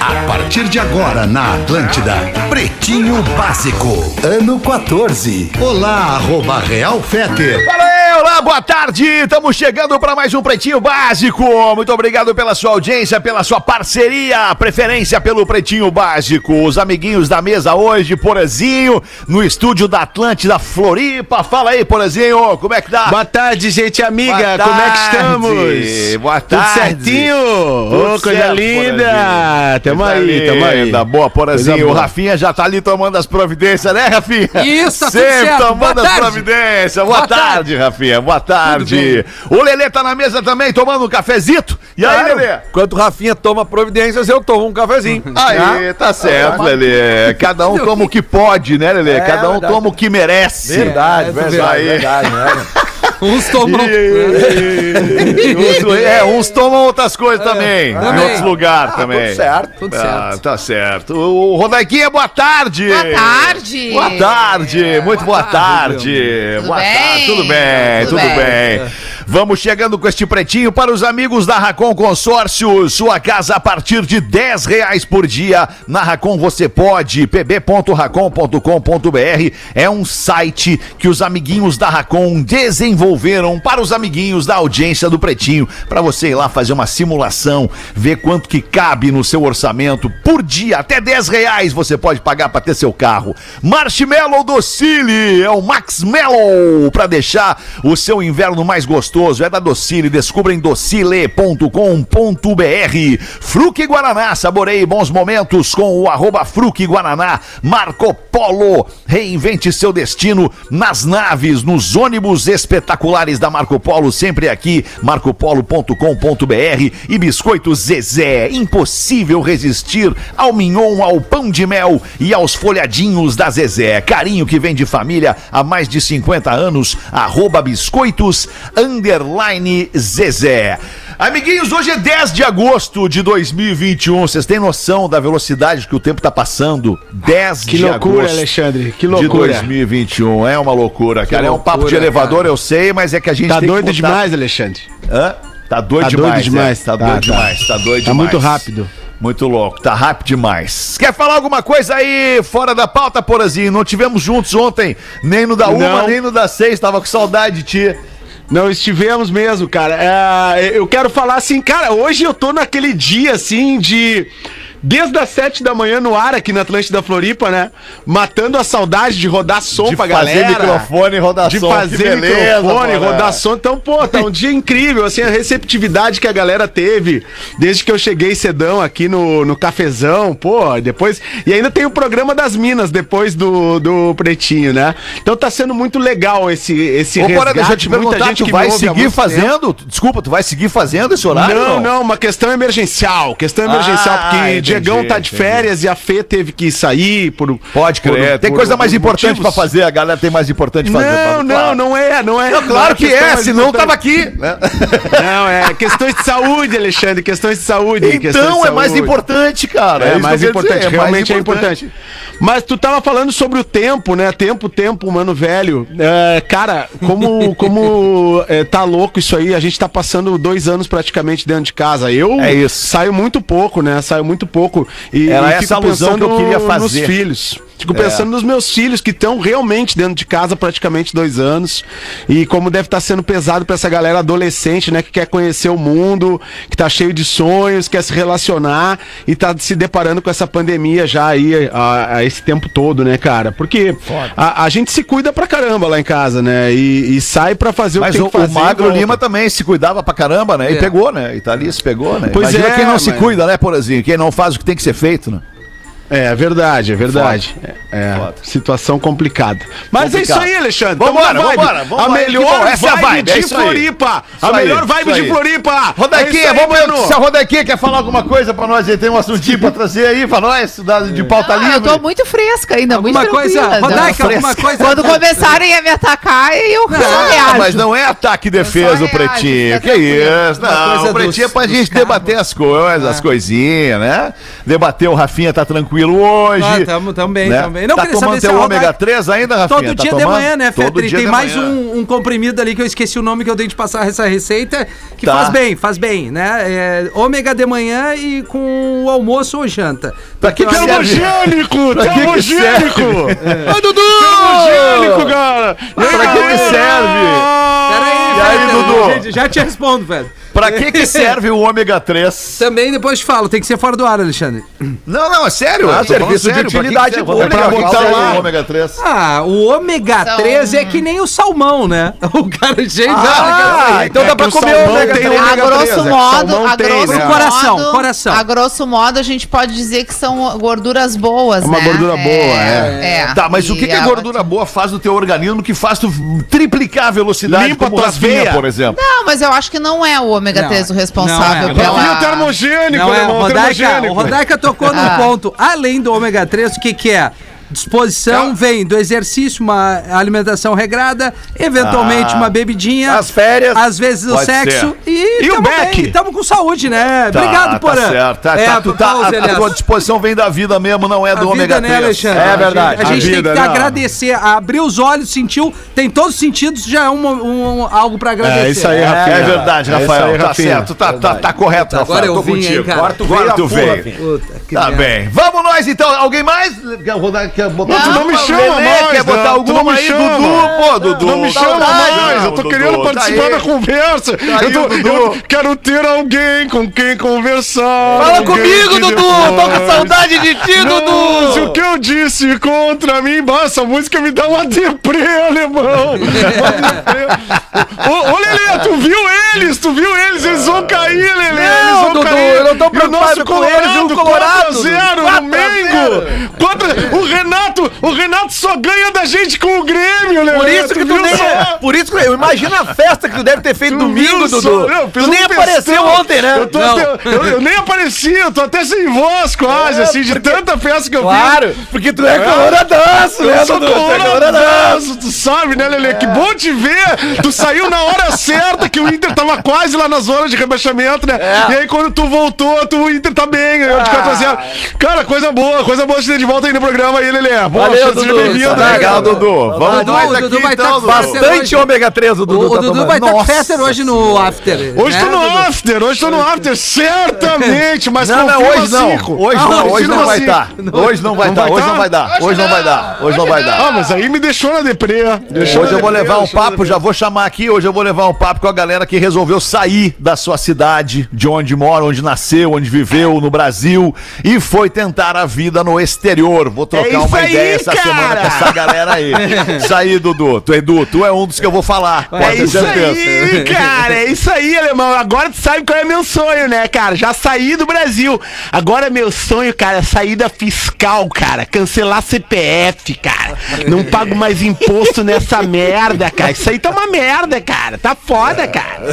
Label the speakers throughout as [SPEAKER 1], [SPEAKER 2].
[SPEAKER 1] A partir de agora na Atlântida, Pretinho Básico, ano 14. Olá, arroba Real Feter.
[SPEAKER 2] Valeu, lá, boa tarde. Estamos chegando para mais um Pretinho Básico. Muito obrigado pela sua audiência, pela sua parceria, preferência pelo Pretinho Básico. Os amiguinhos da mesa hoje, Porazinho, no estúdio da Atlântida Floripa. Fala aí, Porazinho, como é que tá?
[SPEAKER 3] Boa tarde, gente amiga.
[SPEAKER 2] Boa
[SPEAKER 3] Como é que
[SPEAKER 2] tarde.
[SPEAKER 3] estamos?
[SPEAKER 2] Boa
[SPEAKER 3] Tudo
[SPEAKER 2] tarde.
[SPEAKER 3] certinho?
[SPEAKER 2] Tudo
[SPEAKER 3] Ô, coisa
[SPEAKER 2] certo,
[SPEAKER 3] linda.
[SPEAKER 2] Porazinho.
[SPEAKER 3] Tamo
[SPEAKER 2] Coisa
[SPEAKER 3] aí, tamo aí.
[SPEAKER 2] linda. Boa,
[SPEAKER 3] Coisa
[SPEAKER 2] Porazinho.
[SPEAKER 3] boa.
[SPEAKER 2] O Rafinha já tá ali tomando as providências, né, Rafinha?
[SPEAKER 4] Isso, tá tudo
[SPEAKER 2] Sempre
[SPEAKER 4] certo.
[SPEAKER 2] tomando as
[SPEAKER 4] Boa tarde.
[SPEAKER 2] providências. Boa,
[SPEAKER 4] Boa
[SPEAKER 2] tarde.
[SPEAKER 4] tarde.
[SPEAKER 2] Rafinha. Boa tarde. O Lelê tá na mesa também, tomando um cafezito. E aí, Lelê?
[SPEAKER 5] Enquanto o Rafinha toma providências, eu tomo um cafezinho.
[SPEAKER 2] Aí, tá certo, Lelê. Cada um toma o que pode, né, Lelê? Cada um
[SPEAKER 5] É verdade.
[SPEAKER 2] toma o que merece.
[SPEAKER 5] Verdade,
[SPEAKER 4] É,
[SPEAKER 5] verdade,
[SPEAKER 2] aí.
[SPEAKER 5] verdade, né?
[SPEAKER 4] Uns tomam. Né?
[SPEAKER 2] E outro- é, uns tomam outras coisas também. Em
[SPEAKER 4] É, também.
[SPEAKER 2] outros lugares também.
[SPEAKER 5] Ah, tá Tudo certo.
[SPEAKER 4] Tudo
[SPEAKER 2] Ah,
[SPEAKER 4] certo.
[SPEAKER 2] tá certo. O Rodaiquinha, boa tarde.
[SPEAKER 6] Boa tarde.
[SPEAKER 2] Boa
[SPEAKER 4] É,
[SPEAKER 2] tarde, muito boa tarde.
[SPEAKER 6] Tudo
[SPEAKER 2] Boa
[SPEAKER 6] bem?
[SPEAKER 2] tarde, tudo bem, tudo
[SPEAKER 6] Tudo
[SPEAKER 2] bem.
[SPEAKER 6] bem.
[SPEAKER 2] Vamos chegando com este pretinho para os amigos da Racon Consórcio. Sua casa a partir de 10 reais por dia. Na Racon você pode. pb.racon.com.br é um site que os amiguinhos da Racon desenvolveram para os amiguinhos da audiência do Pretinho. Para você ir lá fazer uma simulação, ver quanto que cabe no seu orçamento por dia. Até 10 reais você pode pagar para ter seu carro. Marshmallow Docile é o Max Mellow para deixar o seu inverno mais gostoso. É da Docile, descubra em docile.com.br. Fruque Guaraná, saborei bons momentos com o arroba Fruque Guaraná. Marco Polo, reinvente seu destino nas naves, nos ônibus espetaculares da Marco Polo, sempre aqui, marcopolo.com.br e Biscoito Zezé, impossível resistir ao mignon, ao pão de mel e aos folhadinhos da Zezé. Carinho que vem de família há mais de 50 anos, arroba biscoitos, underline Zezé. Amiguinhos, hoje é 10 de agosto de 2021. Vocês têm noção da velocidade que o tempo tá passando? 10
[SPEAKER 3] Que
[SPEAKER 2] de
[SPEAKER 3] loucura,
[SPEAKER 2] agosto
[SPEAKER 3] Alexandre.
[SPEAKER 2] de
[SPEAKER 3] Que loucura.
[SPEAKER 2] 2021. É uma loucura, cara. é um papo de
[SPEAKER 4] loucura,
[SPEAKER 2] elevador, eu sei, mas é que a gente
[SPEAKER 3] Tá
[SPEAKER 2] tem
[SPEAKER 3] doido
[SPEAKER 2] que botar-
[SPEAKER 3] demais, Alexandre.
[SPEAKER 2] Hã? Tá doido
[SPEAKER 3] Tá doido
[SPEAKER 2] demais.
[SPEAKER 3] demais,
[SPEAKER 2] é. Tá,
[SPEAKER 3] tá,
[SPEAKER 2] doido
[SPEAKER 3] tá.
[SPEAKER 2] demais. Tá doido
[SPEAKER 3] Tá
[SPEAKER 2] demais.
[SPEAKER 3] muito rápido.
[SPEAKER 2] Muito louco, tá rápido demais. Quer falar alguma coisa aí fora da pauta, Porazinho? Não tivemos juntos ontem, nem no da uma,
[SPEAKER 3] Não.
[SPEAKER 2] nem no da seis. Tava com saudade de ti.
[SPEAKER 3] Não estivemos mesmo, cara. É, eu quero falar assim, cara, hoje eu tô naquele dia assim de. Desde as sete da manhã no ar aqui na Atlântida Floripa, né? Matando a saudade de rodar som
[SPEAKER 2] de
[SPEAKER 3] pra
[SPEAKER 2] fazer
[SPEAKER 3] galera.
[SPEAKER 2] microfone e rodar
[SPEAKER 3] de
[SPEAKER 2] som. Que
[SPEAKER 3] fazer
[SPEAKER 2] beleza,
[SPEAKER 3] microfone,
[SPEAKER 2] Porã.
[SPEAKER 3] rodar som. Então, pô, tá um dia incrível, assim, a receptividade que a galera teve desde que eu cheguei cedão aqui no, no cafezão, pô, e depois... E ainda tem o programa das minas depois do, do Pretinho, né? Então tá sendo muito legal esse, esse
[SPEAKER 2] Ô, Porã,
[SPEAKER 3] resgate.
[SPEAKER 2] deixa eu te
[SPEAKER 3] muita
[SPEAKER 2] perguntar,
[SPEAKER 3] gente
[SPEAKER 2] tu
[SPEAKER 3] que
[SPEAKER 2] vai
[SPEAKER 3] me ouve há
[SPEAKER 2] seguir
[SPEAKER 3] muito tempo.
[SPEAKER 2] fazendo? Desculpa, tu vai seguir fazendo esse horário?
[SPEAKER 3] Não, não, uma questão emergencial. Questão emergencial,
[SPEAKER 2] Ah,
[SPEAKER 3] porque
[SPEAKER 2] entendi,
[SPEAKER 3] Diegão tá de
[SPEAKER 2] entendi.
[SPEAKER 3] férias e a Fê teve que sair por.
[SPEAKER 2] Pode
[SPEAKER 3] por-
[SPEAKER 2] crer. tem
[SPEAKER 3] por-
[SPEAKER 2] coisa mais
[SPEAKER 3] por
[SPEAKER 2] importante
[SPEAKER 3] motivos.
[SPEAKER 2] pra fazer, a galera tem mais importante pra fazer.
[SPEAKER 3] Não, não, não é, não é.
[SPEAKER 2] Não, claro que
[SPEAKER 3] Questão
[SPEAKER 2] é,
[SPEAKER 3] mais
[SPEAKER 2] senão eu
[SPEAKER 3] importante.
[SPEAKER 2] tava aqui. né?
[SPEAKER 3] Não, é questões de saúde, Alexandre, questões de saúde. questões
[SPEAKER 2] Então
[SPEAKER 3] de
[SPEAKER 2] é mais
[SPEAKER 3] saúde.
[SPEAKER 2] importante, cara.
[SPEAKER 3] É,
[SPEAKER 2] isso que eu
[SPEAKER 3] mais
[SPEAKER 2] quero
[SPEAKER 3] importante,
[SPEAKER 2] dizer, mais
[SPEAKER 3] realmente é importante. Mas tu tava falando sobre o tempo, né? Tempo, tempo, humano velho. É, cara, como, como é, tá louco isso aí, a gente tá passando dois anos praticamente dentro de casa. Eu
[SPEAKER 2] É isso.
[SPEAKER 3] saio muito pouco, né? Saio muito pouco. E,
[SPEAKER 2] Era
[SPEAKER 3] e
[SPEAKER 2] essa alusão que eu queria fazer.
[SPEAKER 3] nos filhos.
[SPEAKER 2] É.
[SPEAKER 3] Fico pensando nos meus filhos que estão realmente dentro de casa praticamente dois anos. E como deve estar sendo pesado pra essa galera adolescente, né? Que quer conhecer o mundo, que tá cheio de sonhos, quer se relacionar e tá se deparando com essa pandemia já aí a, a esse tempo todo, né, cara? Porque a, a gente se cuida pra caramba lá em casa, né? E, e sai pra fazer
[SPEAKER 2] Mas
[SPEAKER 3] o que
[SPEAKER 2] o,
[SPEAKER 3] tem que fazer.
[SPEAKER 2] o Magro
[SPEAKER 3] e volta.
[SPEAKER 2] Lima também se cuidava pra caramba, né? E
[SPEAKER 4] É.
[SPEAKER 2] pegou, né? E tá ali, se pegou, né?
[SPEAKER 3] Pois
[SPEAKER 2] Imagina
[SPEAKER 3] é,
[SPEAKER 2] quem não se
[SPEAKER 3] mas-
[SPEAKER 2] cuida, né, Porazinho? Quem não faz o que tem que ser feito, né?
[SPEAKER 3] É verdade, é verdade. É, é,
[SPEAKER 2] Foda.
[SPEAKER 3] situação complicada. Mas é isso
[SPEAKER 2] Complicado.
[SPEAKER 3] aí, Alexandre. Tamo
[SPEAKER 2] Vambora,
[SPEAKER 3] na vibe.
[SPEAKER 2] vambora, vambora.
[SPEAKER 3] A melhor
[SPEAKER 2] Que bom,
[SPEAKER 3] vibe
[SPEAKER 2] essa é a vibe, é
[SPEAKER 3] de
[SPEAKER 2] isso aí.
[SPEAKER 3] Floripa. A
[SPEAKER 2] Isso aí,
[SPEAKER 3] melhor vibe
[SPEAKER 2] isso
[SPEAKER 3] de
[SPEAKER 2] aí.
[SPEAKER 3] Floripa.
[SPEAKER 2] Rodaquinha,
[SPEAKER 3] é
[SPEAKER 2] vamos ver
[SPEAKER 3] Bruno.
[SPEAKER 2] se a Rodaquinha quer falar alguma coisa pra nós. Ele tem um assuntinho pra trazer aí pra nós, cidade
[SPEAKER 3] É.
[SPEAKER 2] de pauta
[SPEAKER 6] Ah, eu
[SPEAKER 2] livre.
[SPEAKER 6] tô muito fresca ainda,
[SPEAKER 4] Uma
[SPEAKER 6] muito
[SPEAKER 4] coisa,
[SPEAKER 6] tranquila.
[SPEAKER 4] Rodaica,
[SPEAKER 6] Não.
[SPEAKER 4] alguma coisa.
[SPEAKER 6] Quando começarem a me atacar, eu só
[SPEAKER 2] Ah,
[SPEAKER 6] reajo.
[SPEAKER 2] mas não é ataque e defesa,
[SPEAKER 6] só
[SPEAKER 2] o
[SPEAKER 4] é
[SPEAKER 2] Pretinho.
[SPEAKER 6] reajo,
[SPEAKER 2] Que
[SPEAKER 6] fica
[SPEAKER 2] isso?
[SPEAKER 4] Uma
[SPEAKER 2] Não,
[SPEAKER 4] coisa
[SPEAKER 2] o Pretinho
[SPEAKER 4] dos-
[SPEAKER 2] é pra
[SPEAKER 4] dos Ah.
[SPEAKER 2] gente
[SPEAKER 4] carros.
[SPEAKER 2] debater as coisas, as coisinhas, né? Debater o Rafinha tá tranquilo hoje.
[SPEAKER 4] Ah, tamo, tamo bem,
[SPEAKER 2] né?
[SPEAKER 4] tamo bem. Não,
[SPEAKER 2] tá
[SPEAKER 4] queria saber
[SPEAKER 2] tomando
[SPEAKER 4] se a
[SPEAKER 2] teu
[SPEAKER 4] Rodaica-
[SPEAKER 2] ômega 3 ainda, Rafinha?
[SPEAKER 4] Todo
[SPEAKER 2] Tá
[SPEAKER 4] dia de
[SPEAKER 2] tomando?
[SPEAKER 4] manhã, né,
[SPEAKER 2] Todo
[SPEAKER 4] Fetri?
[SPEAKER 2] dia
[SPEAKER 4] Tem
[SPEAKER 2] de
[SPEAKER 4] mais
[SPEAKER 2] manhã.
[SPEAKER 4] um, um comprimido ali que eu esqueci o nome que eu tenho de passar essa receita, que
[SPEAKER 2] Tá.
[SPEAKER 4] faz bem, faz bem, né? É, ômega de manhã e com o almoço ou janta.
[SPEAKER 2] Pra que que
[SPEAKER 4] Então,
[SPEAKER 2] serve?
[SPEAKER 3] Termogênico,
[SPEAKER 2] Pra que que serve?
[SPEAKER 3] termogênico. Ô, Dudu! Termogênico, É. cara.
[SPEAKER 2] Pra que que serve?
[SPEAKER 4] Peraí,
[SPEAKER 2] E aí, Dudu?
[SPEAKER 4] gente, Já te respondo, velho.
[SPEAKER 2] Pra que que serve o ômega 3?
[SPEAKER 4] Também depois te falo, tem que ser fora do ar, Alexandre.
[SPEAKER 2] Não, não, é sério. Ah,
[SPEAKER 5] serviço de utilidade
[SPEAKER 2] É
[SPEAKER 5] pública,
[SPEAKER 2] pra botar
[SPEAKER 5] fala
[SPEAKER 2] lá
[SPEAKER 5] aí.
[SPEAKER 2] o ômega 3.
[SPEAKER 4] Ah, o ômega
[SPEAKER 6] São-
[SPEAKER 4] 3 é que nem o salmão, né? O cara, gente,
[SPEAKER 2] é
[SPEAKER 5] Ah, então dá pra comer o ômega 3.
[SPEAKER 6] A Ah, grosso modo,
[SPEAKER 3] salmão
[SPEAKER 6] a
[SPEAKER 3] tem,
[SPEAKER 6] grosso
[SPEAKER 3] né?
[SPEAKER 6] modo,
[SPEAKER 4] Coração, coração.
[SPEAKER 6] A grosso modo, a gente pode dizer que são gorduras boas,
[SPEAKER 3] É uma
[SPEAKER 6] né?
[SPEAKER 3] gordura boa,
[SPEAKER 6] é.
[SPEAKER 2] Tá, mas o
[SPEAKER 6] E
[SPEAKER 2] que, que a
[SPEAKER 6] ela-
[SPEAKER 2] gordura boa faz no teu organismo que faz tu triplicar a velocidade
[SPEAKER 3] Limpa
[SPEAKER 2] como
[SPEAKER 3] tuas
[SPEAKER 2] Rafinha,
[SPEAKER 3] veias.
[SPEAKER 2] por exemplo?
[SPEAKER 6] Não, mas eu acho que não é o ômega
[SPEAKER 4] Não,
[SPEAKER 6] 3 o
[SPEAKER 4] não é.
[SPEAKER 6] responsável
[SPEAKER 4] Não,
[SPEAKER 6] pela...
[SPEAKER 3] E o termogênico,
[SPEAKER 4] Não
[SPEAKER 3] né,
[SPEAKER 4] é,
[SPEAKER 3] irmão?
[SPEAKER 4] Rodaica, o
[SPEAKER 3] termogênico.
[SPEAKER 4] Rodaica tocou num
[SPEAKER 6] Ah.
[SPEAKER 4] ponto. Além do ômega 3, o que que é? Disposição vem do exercício, uma alimentação regrada, eventualmente uma bebidinha.
[SPEAKER 5] As férias.
[SPEAKER 4] Às vezes o
[SPEAKER 2] Ah. Pode
[SPEAKER 4] sexo. E,
[SPEAKER 3] E o
[SPEAKER 4] tamo
[SPEAKER 3] Beck?
[SPEAKER 4] bem, tamo com saúde, né? Obrigado,
[SPEAKER 2] por
[SPEAKER 4] Porã.
[SPEAKER 2] Tá certo. Tá,
[SPEAKER 4] é,
[SPEAKER 2] tá, tu tá, a,
[SPEAKER 4] pausa,
[SPEAKER 2] a
[SPEAKER 4] aliás.
[SPEAKER 2] tua disposição vem da vida mesmo, não é
[SPEAKER 4] A
[SPEAKER 2] do ômega
[SPEAKER 4] vida, né,
[SPEAKER 2] 3.
[SPEAKER 4] Alexandre?
[SPEAKER 2] é verdade.
[SPEAKER 4] A gente, a gente
[SPEAKER 3] vida,
[SPEAKER 4] tem que
[SPEAKER 3] não.
[SPEAKER 4] agradecer. Abriu os olhos, sentiu, tem todos os sentidos, já é um, um- algo pra agradecer.
[SPEAKER 3] isso aí,
[SPEAKER 2] É,
[SPEAKER 3] Rafinha.
[SPEAKER 2] é verdade,
[SPEAKER 3] É isso
[SPEAKER 2] Rafael.
[SPEAKER 3] aí,
[SPEAKER 2] tá
[SPEAKER 3] Rafinha.
[SPEAKER 2] certo, tá, tá, tá correto, Rafael.
[SPEAKER 4] Agora eu
[SPEAKER 2] tô
[SPEAKER 4] vim, hein,
[SPEAKER 2] contigo.
[SPEAKER 4] cara.
[SPEAKER 2] Agora tu veio. Agora tu veio.
[SPEAKER 4] Puta, que
[SPEAKER 2] Tá
[SPEAKER 4] merda.
[SPEAKER 2] bem. Vamos nós então. Alguém mais? Quer botar- quer botar
[SPEAKER 3] Não, tu não me
[SPEAKER 2] alguma?
[SPEAKER 3] chama
[SPEAKER 2] Lelê,
[SPEAKER 3] mais,
[SPEAKER 2] Quer
[SPEAKER 3] né?
[SPEAKER 2] botar
[SPEAKER 3] Tu não
[SPEAKER 2] alguma
[SPEAKER 3] me
[SPEAKER 2] aí,
[SPEAKER 3] chama.
[SPEAKER 2] Dudu? Pô, Dudu.
[SPEAKER 3] Não me chama
[SPEAKER 2] Saudade,
[SPEAKER 3] mais, eu tô
[SPEAKER 2] Dudu.
[SPEAKER 3] querendo
[SPEAKER 2] Tá
[SPEAKER 3] participar
[SPEAKER 2] aí. Tá
[SPEAKER 3] da conversa.
[SPEAKER 2] aí,
[SPEAKER 3] eu, tô-
[SPEAKER 2] Dudu.
[SPEAKER 3] eu quero ter alguém com quem conversar.
[SPEAKER 2] Fala
[SPEAKER 3] alguém
[SPEAKER 2] comigo,
[SPEAKER 3] que
[SPEAKER 2] Dudu!
[SPEAKER 3] depois-
[SPEAKER 2] Tô com saudade de ti,
[SPEAKER 3] Não, se o
[SPEAKER 2] Dudu!
[SPEAKER 3] que eu disse contra mim, bah, essa música me dá uma deprê, alemão. Uma deprê. ô, ô, Lelê, tu viu eles? Tu viu eles? Eles vão cair, Lelê. eles
[SPEAKER 5] Não,
[SPEAKER 3] vão
[SPEAKER 5] Dudu,
[SPEAKER 3] cair.
[SPEAKER 5] eu não tô
[SPEAKER 3] E o nosso
[SPEAKER 5] preocupado com eles,
[SPEAKER 3] Colorado,
[SPEAKER 5] e o Colorado,
[SPEAKER 3] 4x0 no
[SPEAKER 5] 4 a 0.
[SPEAKER 3] Mengo. 4 O Renato, o Renato só ganha da gente com o Grêmio, Lelê.
[SPEAKER 5] Por É isso que tu
[SPEAKER 3] viu
[SPEAKER 5] nem.
[SPEAKER 3] só?
[SPEAKER 5] Por isso que eu imagino a festa que tu deve ter feito
[SPEAKER 3] Tu
[SPEAKER 5] domingo,
[SPEAKER 3] viu só?
[SPEAKER 5] Dudu.
[SPEAKER 3] Não, fiz
[SPEAKER 5] Tu nem
[SPEAKER 3] um textão.
[SPEAKER 5] apareceu ontem, né?
[SPEAKER 3] Eu, tô
[SPEAKER 5] Não.
[SPEAKER 3] até- eu- eu nem apareci, eu tô até sem voz quase, assim, de tanta festa que eu
[SPEAKER 5] Claro,
[SPEAKER 3] fiz.
[SPEAKER 5] porque tu é coloradaço, né,
[SPEAKER 3] Eu sou
[SPEAKER 5] Dudu?
[SPEAKER 2] tá
[SPEAKER 5] Tu é coloradaço.
[SPEAKER 3] coloradaço, tu sabe, né, Lelê? Que bom te ver! Tu saiu na hora certa, que o Inter tava quase lá na zona de rebaixamento, né?
[SPEAKER 2] É.
[SPEAKER 3] E aí, quando tu voltou, tu, o Inter tá bem, ganhou de 4 a 0.
[SPEAKER 2] Ah.
[SPEAKER 3] Cara, coisa boa, coisa boa te ter de volta aí no programa aí, Lelê. Boa,
[SPEAKER 5] Valeu,
[SPEAKER 3] chance, seja
[SPEAKER 5] Dudu.
[SPEAKER 3] bem-vindo. né?
[SPEAKER 5] Tá
[SPEAKER 2] Legal, Dudu. Vamos
[SPEAKER 4] Dudu,
[SPEAKER 2] nós
[SPEAKER 4] o
[SPEAKER 2] aqui
[SPEAKER 4] Dudu vai tá
[SPEAKER 2] então,
[SPEAKER 4] com
[SPEAKER 2] Dudu.
[SPEAKER 5] Bastante ômega 3 o
[SPEAKER 4] O,
[SPEAKER 5] Dudu
[SPEAKER 4] o
[SPEAKER 5] tá
[SPEAKER 4] Dudu
[SPEAKER 5] tomando.
[SPEAKER 4] vai estar com
[SPEAKER 5] Nossa.
[SPEAKER 4] fester hoje no after.
[SPEAKER 3] Hoje
[SPEAKER 4] né,
[SPEAKER 3] tô no
[SPEAKER 4] Dudu?
[SPEAKER 3] after, hoje tô no after, certamente, mas é
[SPEAKER 2] Não, não,
[SPEAKER 3] confirma
[SPEAKER 2] hoje não.
[SPEAKER 3] cinco.
[SPEAKER 2] Hoje não,
[SPEAKER 3] Ah,
[SPEAKER 2] hoje não
[SPEAKER 3] confirma
[SPEAKER 2] vai tá.
[SPEAKER 3] cinco.
[SPEAKER 2] estar. Hoje não vai
[SPEAKER 3] Não
[SPEAKER 2] estar,
[SPEAKER 3] vai
[SPEAKER 2] hoje
[SPEAKER 3] tá?
[SPEAKER 2] não vai dar. Hoje não vai dar. Hoje não vai dar.
[SPEAKER 3] Ah, mas aí me deixou na deprê. Deixou
[SPEAKER 2] Hoje
[SPEAKER 3] na
[SPEAKER 2] eu vou
[SPEAKER 3] deprê,
[SPEAKER 2] levar um
[SPEAKER 3] deixou na
[SPEAKER 2] papo, já vou chamar aqui. Hoje eu vou levar um papo com a galera que resolveu sair da sua cidade, de onde mora, onde nasceu, onde viveu, no Brasil, e foi tentar a vida no exterior. Vou trocar
[SPEAKER 3] É isso
[SPEAKER 2] uma
[SPEAKER 3] aí,
[SPEAKER 2] ideia essa
[SPEAKER 3] cara!
[SPEAKER 2] semana com essa galera aí. Isso aí, Dudu. Tu, Edu, tu é um dos que eu vou falar. Pode
[SPEAKER 3] É isso aí, cara. É isso aí, alemão. Agora tu sabe qual é meu sonho, né, cara? Já saí do Brasil. Agora meu sonho, cara, é saída fiscal, cara. Cancelar CPF, cara. Não pago mais imposto nessa merda, cara. Isso aí tá uma merda, cara. Tá foda, cara.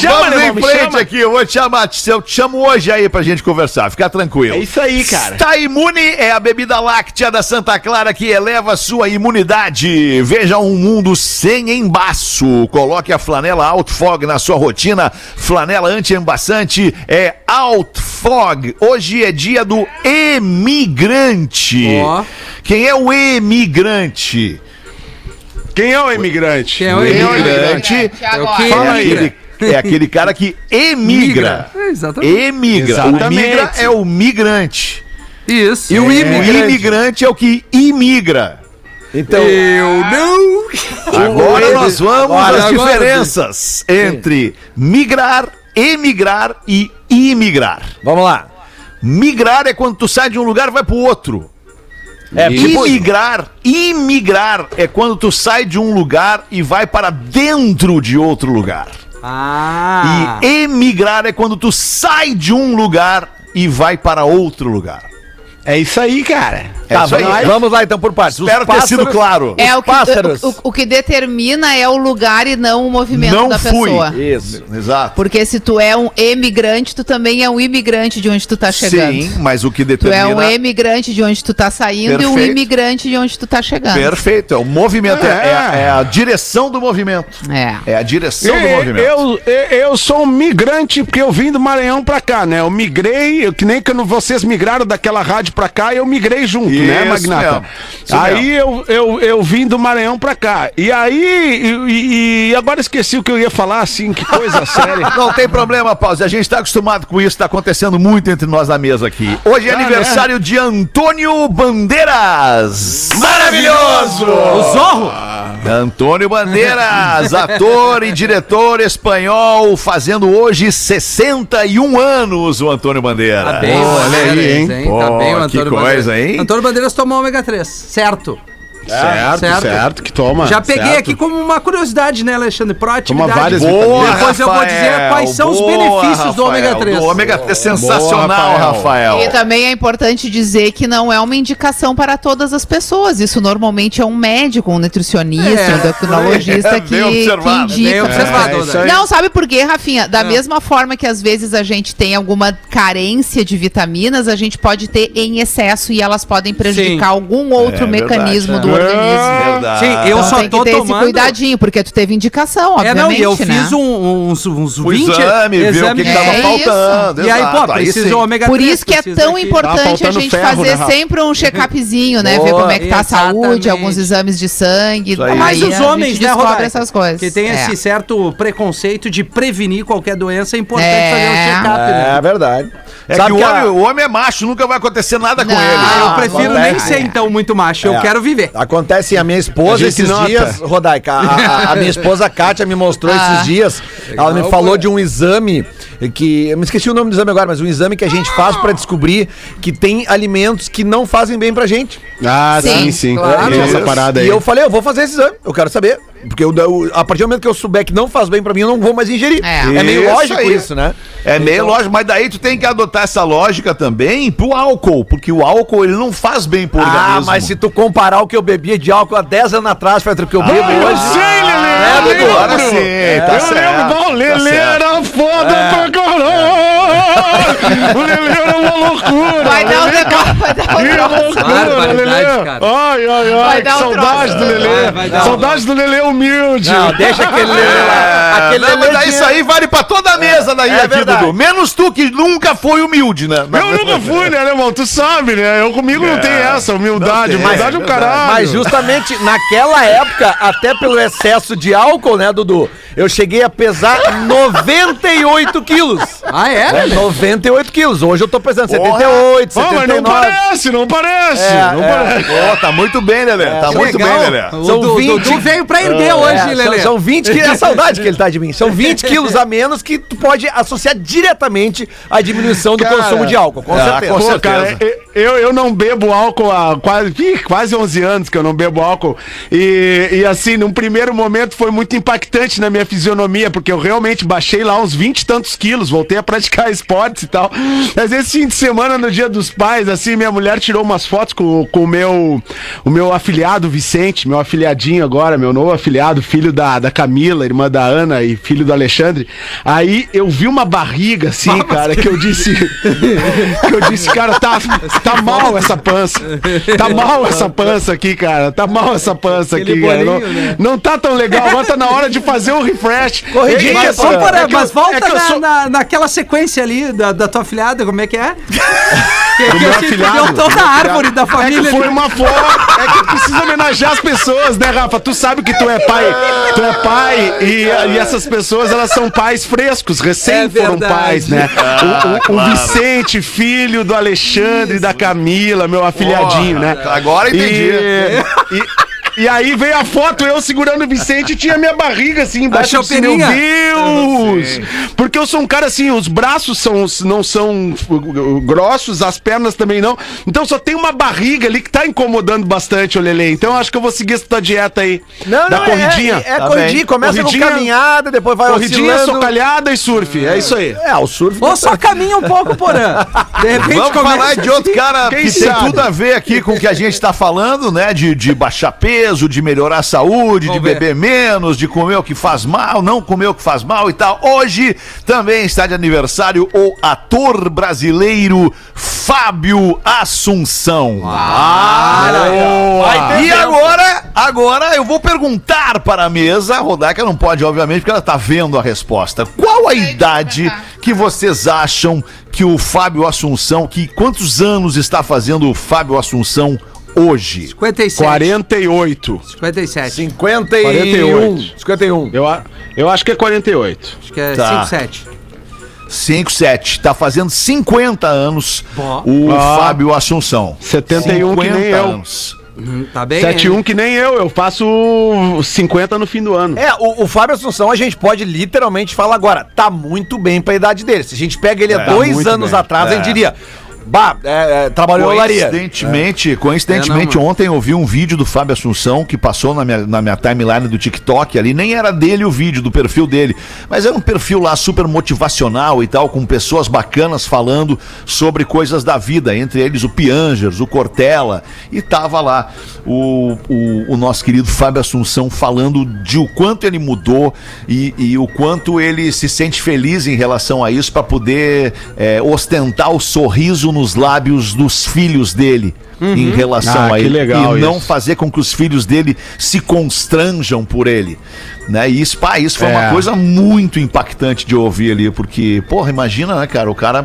[SPEAKER 3] Chama,
[SPEAKER 2] Vamos
[SPEAKER 3] alemão,
[SPEAKER 2] em
[SPEAKER 3] me
[SPEAKER 2] frente
[SPEAKER 3] chama.
[SPEAKER 2] aqui, eu vou te chamar. te- Eu te chamo hoje aí pra gente conversar, fica tranquilo.
[SPEAKER 3] É isso aí, cara.
[SPEAKER 2] Está imune é a bebida láctea da Santa Clara que eleva sua imunidade. Veja um mundo sem embaço. Coloque a flanela Outfog na sua rotina. Flanela anti-embaçante é Outfog. Hoje é dia do emigrante.
[SPEAKER 4] Ó.
[SPEAKER 2] Quem é o emigrante?
[SPEAKER 3] Quem é o imigrante?
[SPEAKER 4] Quem é o
[SPEAKER 2] imigrante.
[SPEAKER 4] É o
[SPEAKER 6] Agora.
[SPEAKER 4] que?
[SPEAKER 2] Fala
[SPEAKER 4] Emigra.
[SPEAKER 2] aí. É aquele cara que emigra.
[SPEAKER 4] É, exatamente.
[SPEAKER 2] Emigra. O
[SPEAKER 3] Exatamente.
[SPEAKER 2] migra é o migrante.
[SPEAKER 4] Isso.
[SPEAKER 2] E o imigrante, é o que imigra.
[SPEAKER 5] Então,
[SPEAKER 4] Eu não.
[SPEAKER 2] Agora nós vamos
[SPEAKER 4] Agora,
[SPEAKER 2] às
[SPEAKER 4] agora,
[SPEAKER 2] diferenças entre migrar, emigrar e imigrar.
[SPEAKER 5] vamos lá.
[SPEAKER 2] Migrar é quando tu sai de um lugar e vai pro outro.
[SPEAKER 5] É, tipo-
[SPEAKER 2] Imigrar, imigrar é quando tu sai de um lugar e vai para dentro de outro lugar.
[SPEAKER 4] Ah.
[SPEAKER 2] E emigrar é quando tu sai de um lugar e vai para outro lugar. É
[SPEAKER 3] É isso aí, cara.
[SPEAKER 5] Tá,
[SPEAKER 2] isso aí.
[SPEAKER 5] vamos, vamos lá então por partes. Os
[SPEAKER 2] Espero ter sido
[SPEAKER 5] pássaros-
[SPEAKER 2] claro.
[SPEAKER 6] É o que,
[SPEAKER 5] pássaros.
[SPEAKER 6] o, o- o que determina é o lugar e não o movimento
[SPEAKER 2] Não
[SPEAKER 6] da
[SPEAKER 2] fui.
[SPEAKER 6] pessoa.
[SPEAKER 5] Isso.
[SPEAKER 2] Exato.
[SPEAKER 6] Porque se tu é um emigrante, tu também é um imigrante de onde tu tá chegando.
[SPEAKER 2] Sim, mas o que
[SPEAKER 6] Tu é
[SPEAKER 2] determina...
[SPEAKER 6] um emigrante de onde tu tá saindo e um
[SPEAKER 2] Perfeito.
[SPEAKER 6] imigrante de onde tu tá chegando.
[SPEAKER 2] Perfeito, é o movimento, é, é a- é a direção do movimento.
[SPEAKER 6] É.
[SPEAKER 2] É a direção do
[SPEAKER 3] Eu,
[SPEAKER 2] movimento.
[SPEAKER 3] eu, eu sou um migrante, porque eu vim do Maranhão pra cá, né? Eu migrei, eu- que nem quando vocês migraram daquela rádio pra cá, eu migrei junto, né,
[SPEAKER 2] Isso
[SPEAKER 3] Magnata?
[SPEAKER 2] mesmo, isso
[SPEAKER 3] aí eu, eu, eu vim do Maranhão pra cá. E aí, e, e- e agora esqueci o que eu ia falar, assim, que coisa séria.
[SPEAKER 2] Não tem problema, Pause. A gente está acostumado com isso, está acontecendo muito entre nós na mesa aqui. Hoje é aniversário de Antônio Bandeiras. Maravilhoso! O Zorro! Antônio Bandeiras, ator e diretor espanhol, fazendo hoje 61 anos o Antônio Bandeiras.
[SPEAKER 4] Tá bem, o
[SPEAKER 2] Olha
[SPEAKER 4] Antônio
[SPEAKER 2] aí, hein?
[SPEAKER 4] Bandeiras, hein? Tá
[SPEAKER 2] Pô,
[SPEAKER 4] bem o
[SPEAKER 2] que
[SPEAKER 4] Antônio
[SPEAKER 2] coisa,
[SPEAKER 4] Bandeiras.
[SPEAKER 2] hein?
[SPEAKER 4] Antônio Bandeiras tomou ômega 3, certo.
[SPEAKER 3] certo,
[SPEAKER 4] certo.
[SPEAKER 3] que toma.
[SPEAKER 4] Já peguei
[SPEAKER 3] certo.
[SPEAKER 4] aqui como uma curiosidade, né, Alexandre? Pro atividade.
[SPEAKER 3] várias
[SPEAKER 2] Boa,
[SPEAKER 4] Depois eu vou dizer
[SPEAKER 2] Rafael,
[SPEAKER 4] quais são os
[SPEAKER 2] boa,
[SPEAKER 4] benefícios do
[SPEAKER 2] Rafael,
[SPEAKER 4] ômega 3.
[SPEAKER 2] Do ômega 3 sensacional, Rafael.
[SPEAKER 6] E também é importante dizer que não é uma indicação para todas as pessoas. Isso normalmente é um médico, um nutricionista,
[SPEAKER 4] É.
[SPEAKER 6] um endocrinologista
[SPEAKER 2] É,
[SPEAKER 6] que,
[SPEAKER 2] bem
[SPEAKER 6] que
[SPEAKER 2] observado.
[SPEAKER 6] indica.
[SPEAKER 4] Bem observado,
[SPEAKER 3] É, isso
[SPEAKER 4] né?
[SPEAKER 3] aí. Ah.
[SPEAKER 6] Não, sabe por quê, Rafinha? Da mesma forma que às vezes a gente tem alguma carência de vitaminas, a gente pode ter em excesso e elas podem prejudicar
[SPEAKER 4] Sim.
[SPEAKER 6] algum outro mecanismo
[SPEAKER 3] É
[SPEAKER 6] do organismo.
[SPEAKER 2] Verdade.
[SPEAKER 4] Sim, É eu
[SPEAKER 6] Então
[SPEAKER 4] só
[SPEAKER 6] tem que
[SPEAKER 4] tô
[SPEAKER 6] ter esse
[SPEAKER 4] tomando.
[SPEAKER 6] cuidadinho, porque tu teve indicação,
[SPEAKER 4] É,
[SPEAKER 6] obviamente,
[SPEAKER 4] não, e eu
[SPEAKER 6] né?
[SPEAKER 4] fiz um- uns, uns
[SPEAKER 2] O
[SPEAKER 4] 20
[SPEAKER 2] exame, ver o que, que
[SPEAKER 6] exame-
[SPEAKER 2] tava
[SPEAKER 6] É
[SPEAKER 2] faltando.
[SPEAKER 4] E aí,
[SPEAKER 2] exato,
[SPEAKER 4] pô,
[SPEAKER 2] sim.
[SPEAKER 4] precisa o ômega 3.
[SPEAKER 6] Por isso que é tão importante a
[SPEAKER 3] faltando
[SPEAKER 6] gente
[SPEAKER 3] ferro, né,
[SPEAKER 6] fazer
[SPEAKER 3] Rafa?
[SPEAKER 6] sempre um check-upzinho, né? Ver
[SPEAKER 5] Boa.
[SPEAKER 6] como é que tá a
[SPEAKER 4] Exatamente.
[SPEAKER 6] saúde, alguns exames de sangue.
[SPEAKER 2] aí.
[SPEAKER 4] Mas
[SPEAKER 6] Aí
[SPEAKER 4] os
[SPEAKER 6] a
[SPEAKER 4] homens,
[SPEAKER 6] gente
[SPEAKER 4] né,
[SPEAKER 6] descobre
[SPEAKER 4] Rodaica?
[SPEAKER 6] essas coisas.
[SPEAKER 4] Que tem
[SPEAKER 6] É.
[SPEAKER 4] esse certo preconceito de prevenir qualquer doença, é importante
[SPEAKER 6] É.
[SPEAKER 4] fazer um check-up, né?
[SPEAKER 5] É verdade.
[SPEAKER 2] É
[SPEAKER 5] Sabe
[SPEAKER 2] que, o
[SPEAKER 5] que
[SPEAKER 2] homem,
[SPEAKER 5] a-
[SPEAKER 2] o homem é macho, nunca vai acontecer nada com
[SPEAKER 6] Não.
[SPEAKER 2] ele.
[SPEAKER 4] Ah, eu
[SPEAKER 6] Ah,
[SPEAKER 4] prefiro
[SPEAKER 5] acontece.
[SPEAKER 4] nem ser, então, muito macho. Eu
[SPEAKER 5] É.
[SPEAKER 4] quero viver.
[SPEAKER 5] Acontece a minha esposa
[SPEAKER 3] A gente
[SPEAKER 5] esses
[SPEAKER 3] nota.
[SPEAKER 5] dias, Rodaica. A, a- a minha esposa a Kátia me mostrou
[SPEAKER 6] Ah.
[SPEAKER 5] esses dias. ela me falou de um exame que. Eu me esqueci o nome do exame agora, mas um exame que a gente faz pra descobrir que tem alimentos que não fazem bem pra gente.
[SPEAKER 3] Ah,
[SPEAKER 6] Sim,
[SPEAKER 3] sim, sim.
[SPEAKER 6] claro.
[SPEAKER 3] Tem essa parada aí.
[SPEAKER 5] E eu falei, eu vou fazer esse exame, eu quero saber. Porque eu- eu- a partir do momento que eu souber que não faz bem pra mim, eu não vou mais ingerir.
[SPEAKER 6] É.
[SPEAKER 5] É, meio
[SPEAKER 2] Isso
[SPEAKER 5] lógico
[SPEAKER 2] aí.
[SPEAKER 5] isso, né?
[SPEAKER 2] É meio lógico, mas daí tu tem que adotar essa lógica também pro álcool, porque o álcool ele não faz bem pro
[SPEAKER 5] Ah,
[SPEAKER 2] organismo.
[SPEAKER 5] mas se tu comparar o que eu bebia de álcool há 10 anos atrás, Fetra, que eu bebo
[SPEAKER 3] Eu
[SPEAKER 5] hoje.
[SPEAKER 3] sei,
[SPEAKER 5] Ah,
[SPEAKER 2] É,
[SPEAKER 3] Lelê! eu
[SPEAKER 2] agora
[SPEAKER 3] lembro.
[SPEAKER 2] sim, tá
[SPEAKER 3] eu
[SPEAKER 2] certo,
[SPEAKER 3] lembro, bom,
[SPEAKER 2] tá certo.
[SPEAKER 3] Lelê
[SPEAKER 2] É.
[SPEAKER 3] era foda pra caralho! O Lelê era uma loucura!
[SPEAKER 6] Vai dar um
[SPEAKER 3] Lelê,
[SPEAKER 6] negócio, vai dar um
[SPEAKER 3] Que
[SPEAKER 6] negócio.
[SPEAKER 3] loucura,
[SPEAKER 4] Barbaridade,
[SPEAKER 3] Lelê!
[SPEAKER 4] cara.
[SPEAKER 3] Ai, ai, ai,
[SPEAKER 6] Vai
[SPEAKER 3] que
[SPEAKER 6] dar um
[SPEAKER 3] saudade
[SPEAKER 6] troço.
[SPEAKER 3] do Lelê!
[SPEAKER 4] Vai, vai dar um
[SPEAKER 3] saudade do Lelê humilde!
[SPEAKER 5] Não, deixa aquele lelê lá. Aquele
[SPEAKER 2] É, não, mas
[SPEAKER 5] lelê
[SPEAKER 2] daí
[SPEAKER 5] de-
[SPEAKER 2] isso aí vale pra toda a mesa daí,
[SPEAKER 5] é
[SPEAKER 2] aqui,
[SPEAKER 5] verdade.
[SPEAKER 2] Dudu. Menos tu que nunca foi humilde, né?
[SPEAKER 3] Eu nunca fui, né, irmão? Tu sabe, né? Eu comigo não tem essa
[SPEAKER 2] É.
[SPEAKER 3] humildade.
[SPEAKER 2] não tem,
[SPEAKER 3] humildade é
[SPEAKER 2] é
[SPEAKER 3] o caralho.
[SPEAKER 5] Mas justamente naquela época, até pelo excesso de álcool, né, Dudu? Eu cheguei a pesar 98 quilos.
[SPEAKER 4] Ah, é?
[SPEAKER 5] É, 98 quilos. Hoje eu tô pesando 78,
[SPEAKER 3] Ó, mas não
[SPEAKER 5] 79.
[SPEAKER 3] parece, não parece!
[SPEAKER 2] É,
[SPEAKER 5] É,
[SPEAKER 3] não parece.
[SPEAKER 2] Pô, tá muito bem, Lelê. Tá
[SPEAKER 4] Que
[SPEAKER 2] muito
[SPEAKER 4] legal.
[SPEAKER 2] bem, Lelê.
[SPEAKER 4] O
[SPEAKER 5] São
[SPEAKER 4] Dudu
[SPEAKER 5] 20.
[SPEAKER 4] Dudu veio pra erguer hoje,
[SPEAKER 5] É,
[SPEAKER 4] Lelê.
[SPEAKER 5] São, são 20 quilos. É a saudade que ele tá de mim. São 20 quilos a menos que tu pode associar diretamente à diminuição do consumo de álcool. Com
[SPEAKER 3] é,
[SPEAKER 2] Ah,
[SPEAKER 5] certeza.
[SPEAKER 2] com
[SPEAKER 3] Pô,
[SPEAKER 2] certeza.
[SPEAKER 3] cara, e- eu, eu não bebo álcool há quase, ih, quase 11 anos que eu não bebo álcool. E, e assim, num primeiro momento foi muito impactante na minha fisionomia, porque eu realmente baixei lá uns 20 e tantos quilos, voltei a praticar esportes e tal. Mas esse fim de semana, no dia dos pais, assim, minha mulher tirou umas fotos com, com o, meu, o meu afiliado Vicente, meu afiliadinho agora, meu novo afiliado, filho da, da Camila, irmã da Ana e filho do Alexandre. Aí eu vi uma barriga, assim, cara, que eu disse. que eu disse, cara, tá, tá mal essa pança. Tá mal essa pança aqui, cara. Tá mal essa pança aqui,
[SPEAKER 4] Aquele
[SPEAKER 3] cara. Não,
[SPEAKER 4] bolinho, né?
[SPEAKER 3] não tá tão legal. Agora tá na hora de fazer um refresh.
[SPEAKER 5] Corrigir,
[SPEAKER 3] Ei,
[SPEAKER 4] Mas,
[SPEAKER 3] só
[SPEAKER 4] vamos parar,
[SPEAKER 3] para-
[SPEAKER 4] mas
[SPEAKER 3] eu- é
[SPEAKER 4] volta
[SPEAKER 3] que eu
[SPEAKER 4] na-
[SPEAKER 3] sou-
[SPEAKER 4] na- naquela sequência ali da, da tua filhada, como é que é? que, que
[SPEAKER 3] meu
[SPEAKER 4] a gente
[SPEAKER 3] afilhado,
[SPEAKER 4] deu
[SPEAKER 3] do
[SPEAKER 4] toda
[SPEAKER 3] meu
[SPEAKER 4] a árvore da
[SPEAKER 3] É
[SPEAKER 4] família.
[SPEAKER 3] que foi
[SPEAKER 4] ali.
[SPEAKER 3] uma flor. É que precisa homenagear as pessoas, né, Rafa? Tu sabe que tu é pai. Tu é pai e, e essas pessoas, elas são pais frescos, recém
[SPEAKER 4] É
[SPEAKER 3] foram
[SPEAKER 4] verdade.
[SPEAKER 3] pais, né? O- o, o Vicente, filho do Alexandre e da Camila, meu afiliadinho, né?
[SPEAKER 2] Agora entendi.
[SPEAKER 3] E, e- E aí veio a foto, eu segurando o Vicente e tinha minha barriga assim embaixo.
[SPEAKER 4] A
[SPEAKER 3] Eu disse, Meu
[SPEAKER 4] chopelinha?
[SPEAKER 3] Deus! Porque eu sou um cara assim, os braços são, não são uh, grossos, as pernas também não. Então só tem uma barriga ali que tá incomodando bastante, ô Lele. Então eu acho que eu vou seguir essa tua dieta aí.
[SPEAKER 5] Não,
[SPEAKER 3] da
[SPEAKER 5] não, é-
[SPEAKER 3] corridinha.
[SPEAKER 5] É, é
[SPEAKER 3] Tá
[SPEAKER 5] corridinha,
[SPEAKER 3] bem?
[SPEAKER 5] começa
[SPEAKER 3] Corridinha,
[SPEAKER 5] com caminhada, depois vai
[SPEAKER 3] Corridinha,
[SPEAKER 5] oscilando.
[SPEAKER 3] socalhada e surf. É isso aí.
[SPEAKER 5] É, o surf.
[SPEAKER 4] Ou só caminha um pouco, Porã. De repente
[SPEAKER 2] Vamos falar de outro cara
[SPEAKER 3] Quem
[SPEAKER 2] que tem
[SPEAKER 3] sabe?
[SPEAKER 2] tudo a ver aqui com o que a gente tá falando, né? De, de baixar peso, de melhorar a saúde, de
[SPEAKER 4] Vamos ver.
[SPEAKER 2] beber menos, de comer o que faz mal, não comer o que faz mal e tal. Hoje também está de aniversário o ator brasileiro Fábio Assunção. Ah, e agora, agora eu vou perguntar para a mesa, a Rodaica não pode, obviamente, porque ela tá vendo a resposta. Qual a idade que vocês acham que o Fábio Assunção, que quantos anos está fazendo o Fábio Assunção hoje?
[SPEAKER 4] 57.
[SPEAKER 3] 48.
[SPEAKER 4] 57.
[SPEAKER 5] 51.
[SPEAKER 3] 48.
[SPEAKER 5] 51.
[SPEAKER 3] Eu, a- eu acho que é 48.
[SPEAKER 4] Acho que é
[SPEAKER 2] Tá.
[SPEAKER 4] 57.
[SPEAKER 2] 57, tá fazendo 50 anos
[SPEAKER 4] Bom.
[SPEAKER 2] o
[SPEAKER 3] Ah.
[SPEAKER 2] Fábio Assunção.
[SPEAKER 3] 71 que nem eu.
[SPEAKER 2] anos.
[SPEAKER 4] Hum, Tá bem?
[SPEAKER 3] 71 que nem eu, eu faço 50 no fim do ano.
[SPEAKER 5] É, o, o Fábio Assunção a gente pode literalmente falar agora, tá muito bem pra idade dele. Se a gente pega ele há
[SPEAKER 3] tá
[SPEAKER 5] dois
[SPEAKER 3] muito
[SPEAKER 5] anos
[SPEAKER 3] bem.
[SPEAKER 5] atrás, a gente diria, bah, é, é, trabalhou em olaria.
[SPEAKER 2] Coincidentemente, coincidentemente
[SPEAKER 4] É, não,
[SPEAKER 2] ontem eu vi um vídeo do Fábio Assunção que passou na minha, na minha timeline do TikTok ali. Nem era dele o vídeo, do perfil dele. Mas era um perfil lá super motivacional e tal, com pessoas bacanas falando sobre coisas da vida. Entre eles o Piangers, o Cortella. E tava lá o, o, o nosso querido Fábio Assunção falando de o quanto ele mudou e, e o quanto ele se sente feliz em relação a isso para poder é, ostentar o sorriso nos lábios dos filhos dele em relação
[SPEAKER 3] Ah,
[SPEAKER 2] a
[SPEAKER 3] que
[SPEAKER 2] ele
[SPEAKER 3] legal
[SPEAKER 2] e não
[SPEAKER 3] isso.
[SPEAKER 2] fazer com que os filhos dele se constranjam por ele. Né? E isso, pá, isso foi uma
[SPEAKER 3] É.
[SPEAKER 2] coisa muito impactante de ouvir ali, porque, porra, imagina, né, cara? O cara.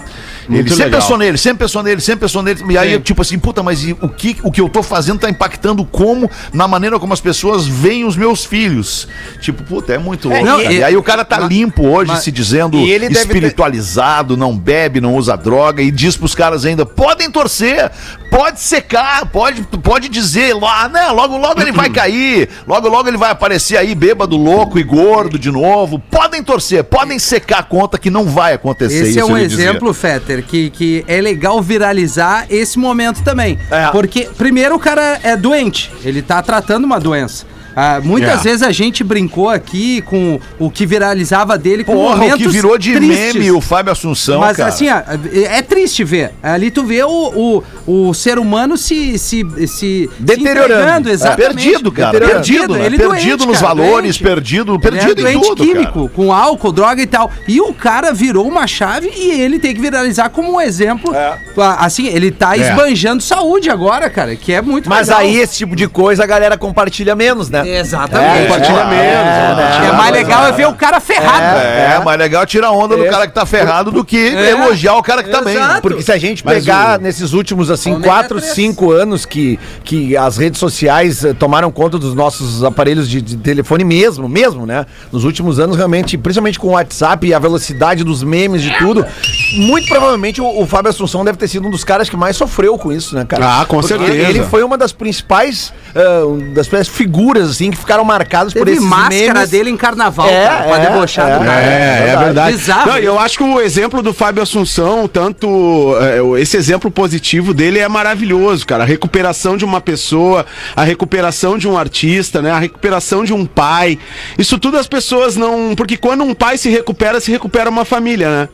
[SPEAKER 2] ele sempre
[SPEAKER 3] legal.
[SPEAKER 2] pensou nele, sempre pensou nele, sempre pensou nele. E aí, tipo assim, puta, mas e o, que, o que eu tô fazendo tá impactando como, na maneira como as pessoas veem os meus filhos. Tipo, puta, é muito louco.
[SPEAKER 4] não,
[SPEAKER 2] cara.
[SPEAKER 4] e-
[SPEAKER 2] e, aí o cara tá
[SPEAKER 4] mas-
[SPEAKER 2] limpo hoje,
[SPEAKER 4] mas-
[SPEAKER 2] se dizendo
[SPEAKER 5] e ele deve ter-
[SPEAKER 2] espiritualizado, não bebe, não usa droga, e diz pros caras ainda: podem torcer, pode secar, pode, pode dizer, lá, né? Logo, logo ele vai cair, logo, logo ele vai aparecer aí, bêbado, louco e gordo de novo. Podem torcer, podem secar a conta que não vai acontecer
[SPEAKER 4] Esse é um
[SPEAKER 2] ele dizia.
[SPEAKER 4] exemplo, Fetter, que, que é legal viralizar esse momento também.
[SPEAKER 5] É.
[SPEAKER 4] Porque, primeiro, o cara é doente, ele tá tratando uma doença. Ah, muitas
[SPEAKER 2] É.
[SPEAKER 3] Yeah.
[SPEAKER 4] vezes a gente brincou aqui com o que viralizava dele com
[SPEAKER 2] Porra, o que
[SPEAKER 4] momentos
[SPEAKER 2] virou de
[SPEAKER 4] tristes.
[SPEAKER 2] meme o Fábio Assunção,
[SPEAKER 4] Mas
[SPEAKER 2] cara.
[SPEAKER 4] assim, ó, é é triste ver. Ali tu vê o, o, o ser humano se, se, se
[SPEAKER 5] Deteriorando.
[SPEAKER 4] se entregando,
[SPEAKER 5] É,
[SPEAKER 4] exatamente.
[SPEAKER 2] perdido, cara,
[SPEAKER 4] Deteriorando.
[SPEAKER 2] perdido, né?
[SPEAKER 4] Ele é
[SPEAKER 2] Perdido
[SPEAKER 4] doente,
[SPEAKER 2] nos
[SPEAKER 4] cara,
[SPEAKER 2] valores, perdido-
[SPEAKER 4] Ele
[SPEAKER 2] perdido
[SPEAKER 4] é
[SPEAKER 2] em
[SPEAKER 4] doente
[SPEAKER 2] tudo,
[SPEAKER 4] químico, com álcool, droga e tal. E o cara virou uma chave e ele tem que viralizar como um exemplo.
[SPEAKER 5] É.
[SPEAKER 4] Ah, Assim, ele tá esbanjando saúde agora, cara, que é muito
[SPEAKER 5] Mas
[SPEAKER 4] legal.
[SPEAKER 5] aí esse tipo de coisa a galera compartilha menos, né?
[SPEAKER 4] Exatamente.
[SPEAKER 3] É, compartilha
[SPEAKER 2] Ah,
[SPEAKER 3] menos,
[SPEAKER 4] É,
[SPEAKER 3] compartilha
[SPEAKER 4] é mais
[SPEAKER 3] mais,
[SPEAKER 4] legal é ver o cara ferrado.
[SPEAKER 2] É, mais legal tirar onda do
[SPEAKER 5] É.
[SPEAKER 2] cara que tá ferrado do que elogiar o cara que tá bem.
[SPEAKER 4] É. Exato.
[SPEAKER 5] Porque se a gente
[SPEAKER 3] Mas
[SPEAKER 5] pegar
[SPEAKER 3] o-
[SPEAKER 5] nesses últimos, assim,
[SPEAKER 4] Ômega
[SPEAKER 5] 4,
[SPEAKER 4] três.
[SPEAKER 5] 5 anos que, que as redes sociais eh, tomaram conta dos nossos aparelhos de, de telefone mesmo, mesmo, né? Nos últimos anos, realmente, principalmente com o WhatsApp e a velocidade dos memes de tudo, muito provavelmente o, o Fábio Assunção deve ter sido um dos caras que mais sofreu com isso, né, cara?
[SPEAKER 3] Ah, com certeza.
[SPEAKER 5] Ele, ele foi uma das principais, ah, um das principais figuras, assim, que ficaram marcadas por
[SPEAKER 4] Teve
[SPEAKER 5] esses
[SPEAKER 4] máscara
[SPEAKER 5] memes.
[SPEAKER 4] dele em carnaval,
[SPEAKER 5] É,
[SPEAKER 4] cara, pra
[SPEAKER 5] é,
[SPEAKER 4] debochar
[SPEAKER 5] é.
[SPEAKER 4] do cara.
[SPEAKER 3] É, é verdade.
[SPEAKER 4] Bizarro.
[SPEAKER 3] Não, eu acho que o exemplo do Fábio Assunção, tanto é, esse exemplo positivo dele é maravilhoso, cara. A recuperação de uma pessoa, a recuperação de um artista, né? A recuperação de um pai. Isso tudo as pessoas não. Porque quando um pai se recupera, se recupera uma família, né?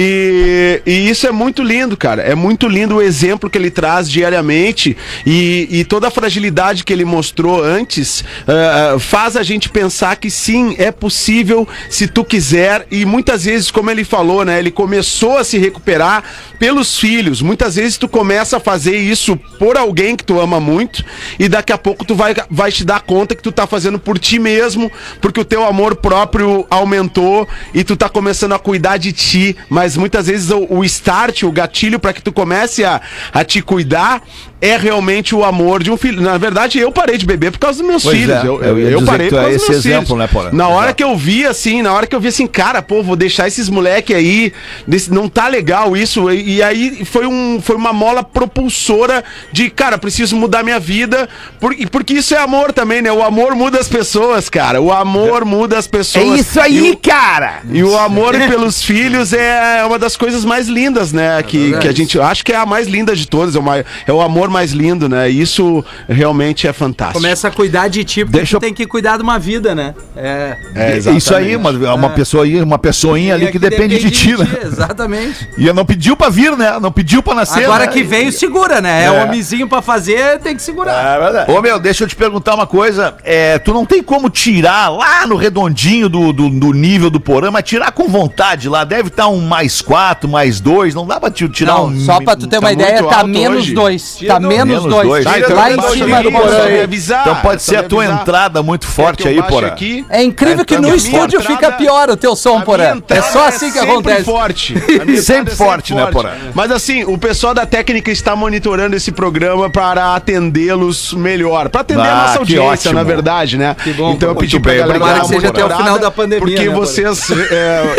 [SPEAKER 3] E, e isso é muito lindo, cara. É muito lindo o exemplo que ele traz diariamente e, e toda a fragilidade que ele mostrou antes ah, ah, faz a gente pensar que sim, é possível se tu quiser. E muitas vezes, como ele falou, né? Ele começou a se recuperar pelos filhos. Muitas vezes tu começa a fazer isso por alguém que tu ama muito e daqui a pouco tu vai, vai te dar conta que tu tá fazendo por ti mesmo, porque o teu amor próprio aumentou e tu tá começando a cuidar de ti. Mas muitas vezes o, o start, o gatilho para que tu comece a, a te cuidar é realmente o amor de um filho. Na verdade, eu parei de beber por causa dos meus
[SPEAKER 2] Pois
[SPEAKER 3] filhos.
[SPEAKER 2] é,
[SPEAKER 3] Eu,
[SPEAKER 2] eu ia
[SPEAKER 3] eu
[SPEAKER 2] dizer
[SPEAKER 3] parei
[SPEAKER 2] que tu
[SPEAKER 3] por
[SPEAKER 2] é
[SPEAKER 3] causa
[SPEAKER 2] esse
[SPEAKER 3] dos meus
[SPEAKER 2] exemplo,
[SPEAKER 3] filhos.
[SPEAKER 2] né, Porã?
[SPEAKER 3] Na hora que eu vi, assim, na hora que eu vi assim, cara, pô, vou deixar esses moleque aí, desse- não tá legal isso. E, e aí foi, um, foi uma mola propulsora de, cara, preciso mudar minha vida, porque, porque isso é amor também, né? O amor muda as pessoas, cara. O amor muda as pessoas. E o-
[SPEAKER 2] É cara!
[SPEAKER 3] e o amor pelos filhos é uma das coisas mais lindas, né? Que, que a gente eu acho que é a mais linda de todas, é, o mai- é o amor mais lindo, né? E Isso realmente é fantástico.
[SPEAKER 4] Começa a cuidar de ti, porque
[SPEAKER 2] Deixa eu-
[SPEAKER 4] tu tem que cuidar de uma vida, né? É.
[SPEAKER 3] É,
[SPEAKER 2] isso aí,
[SPEAKER 3] exatamente.
[SPEAKER 2] uma, uma pessoa aí, uma pessoinha ali que depende, de ti, né?
[SPEAKER 4] Exatamente.
[SPEAKER 2] E não pediu pra vir, né? Não pediu pra nascer.
[SPEAKER 4] Agora
[SPEAKER 2] né?
[SPEAKER 4] que veio, segura, né? É,
[SPEAKER 2] É.
[SPEAKER 4] homenzinho pra fazer, tem que segurar.
[SPEAKER 2] Ô meu, deixa eu te perguntar uma coisa. É, tu não tem como tirar lá no redondinho do, do, do nível do porã, mas tirar com vontade lá. Deve estar um mais quatro, mais dois. Não dá pra ti- tirar
[SPEAKER 7] Não,
[SPEAKER 2] um.
[SPEAKER 7] só pra tu ter uma
[SPEAKER 3] muito
[SPEAKER 7] ideia, tá
[SPEAKER 3] alto
[SPEAKER 7] menos
[SPEAKER 3] hoje.
[SPEAKER 7] dois.
[SPEAKER 3] Tira
[SPEAKER 7] Tá
[SPEAKER 3] do-
[SPEAKER 7] menos
[SPEAKER 2] menos
[SPEAKER 7] dois.
[SPEAKER 2] dois.
[SPEAKER 3] Tá, então
[SPEAKER 7] Lá
[SPEAKER 3] eu
[SPEAKER 7] em
[SPEAKER 3] baixo
[SPEAKER 7] cima
[SPEAKER 3] aqui,
[SPEAKER 7] do
[SPEAKER 3] só me
[SPEAKER 7] Porã.
[SPEAKER 3] avisar,
[SPEAKER 2] Então pode
[SPEAKER 3] só
[SPEAKER 2] ser
[SPEAKER 3] me
[SPEAKER 2] a tua
[SPEAKER 3] avisar.
[SPEAKER 2] entrada muito forte
[SPEAKER 3] É que eu
[SPEAKER 2] aí,
[SPEAKER 3] baixo
[SPEAKER 2] porã.
[SPEAKER 3] aqui,
[SPEAKER 7] É incrível que
[SPEAKER 3] A
[SPEAKER 7] no
[SPEAKER 3] minha
[SPEAKER 7] estúdio
[SPEAKER 3] entrada-
[SPEAKER 7] fica pior o teu som,
[SPEAKER 3] a minha
[SPEAKER 7] Porã. É
[SPEAKER 3] entrada
[SPEAKER 7] só assim que
[SPEAKER 3] sempre
[SPEAKER 7] acontece.
[SPEAKER 3] forte. A minha entrada é
[SPEAKER 2] Sempre forte, né, Porã?
[SPEAKER 3] Mas assim, o pessoal da técnica está monitorando esse programa para atendê-los melhor. Para atender
[SPEAKER 2] Ah,
[SPEAKER 3] a nossa
[SPEAKER 2] que
[SPEAKER 3] audiência,
[SPEAKER 2] ótimo.
[SPEAKER 3] na verdade, né?
[SPEAKER 4] bom,
[SPEAKER 3] então eu
[SPEAKER 2] muito
[SPEAKER 3] pedi para
[SPEAKER 2] bem,
[SPEAKER 3] galera
[SPEAKER 2] obrigado,
[SPEAKER 3] dar uma
[SPEAKER 2] Porã.
[SPEAKER 4] Seja até o final da pandemia,
[SPEAKER 3] Porque
[SPEAKER 4] né, Porã?
[SPEAKER 3] vocês...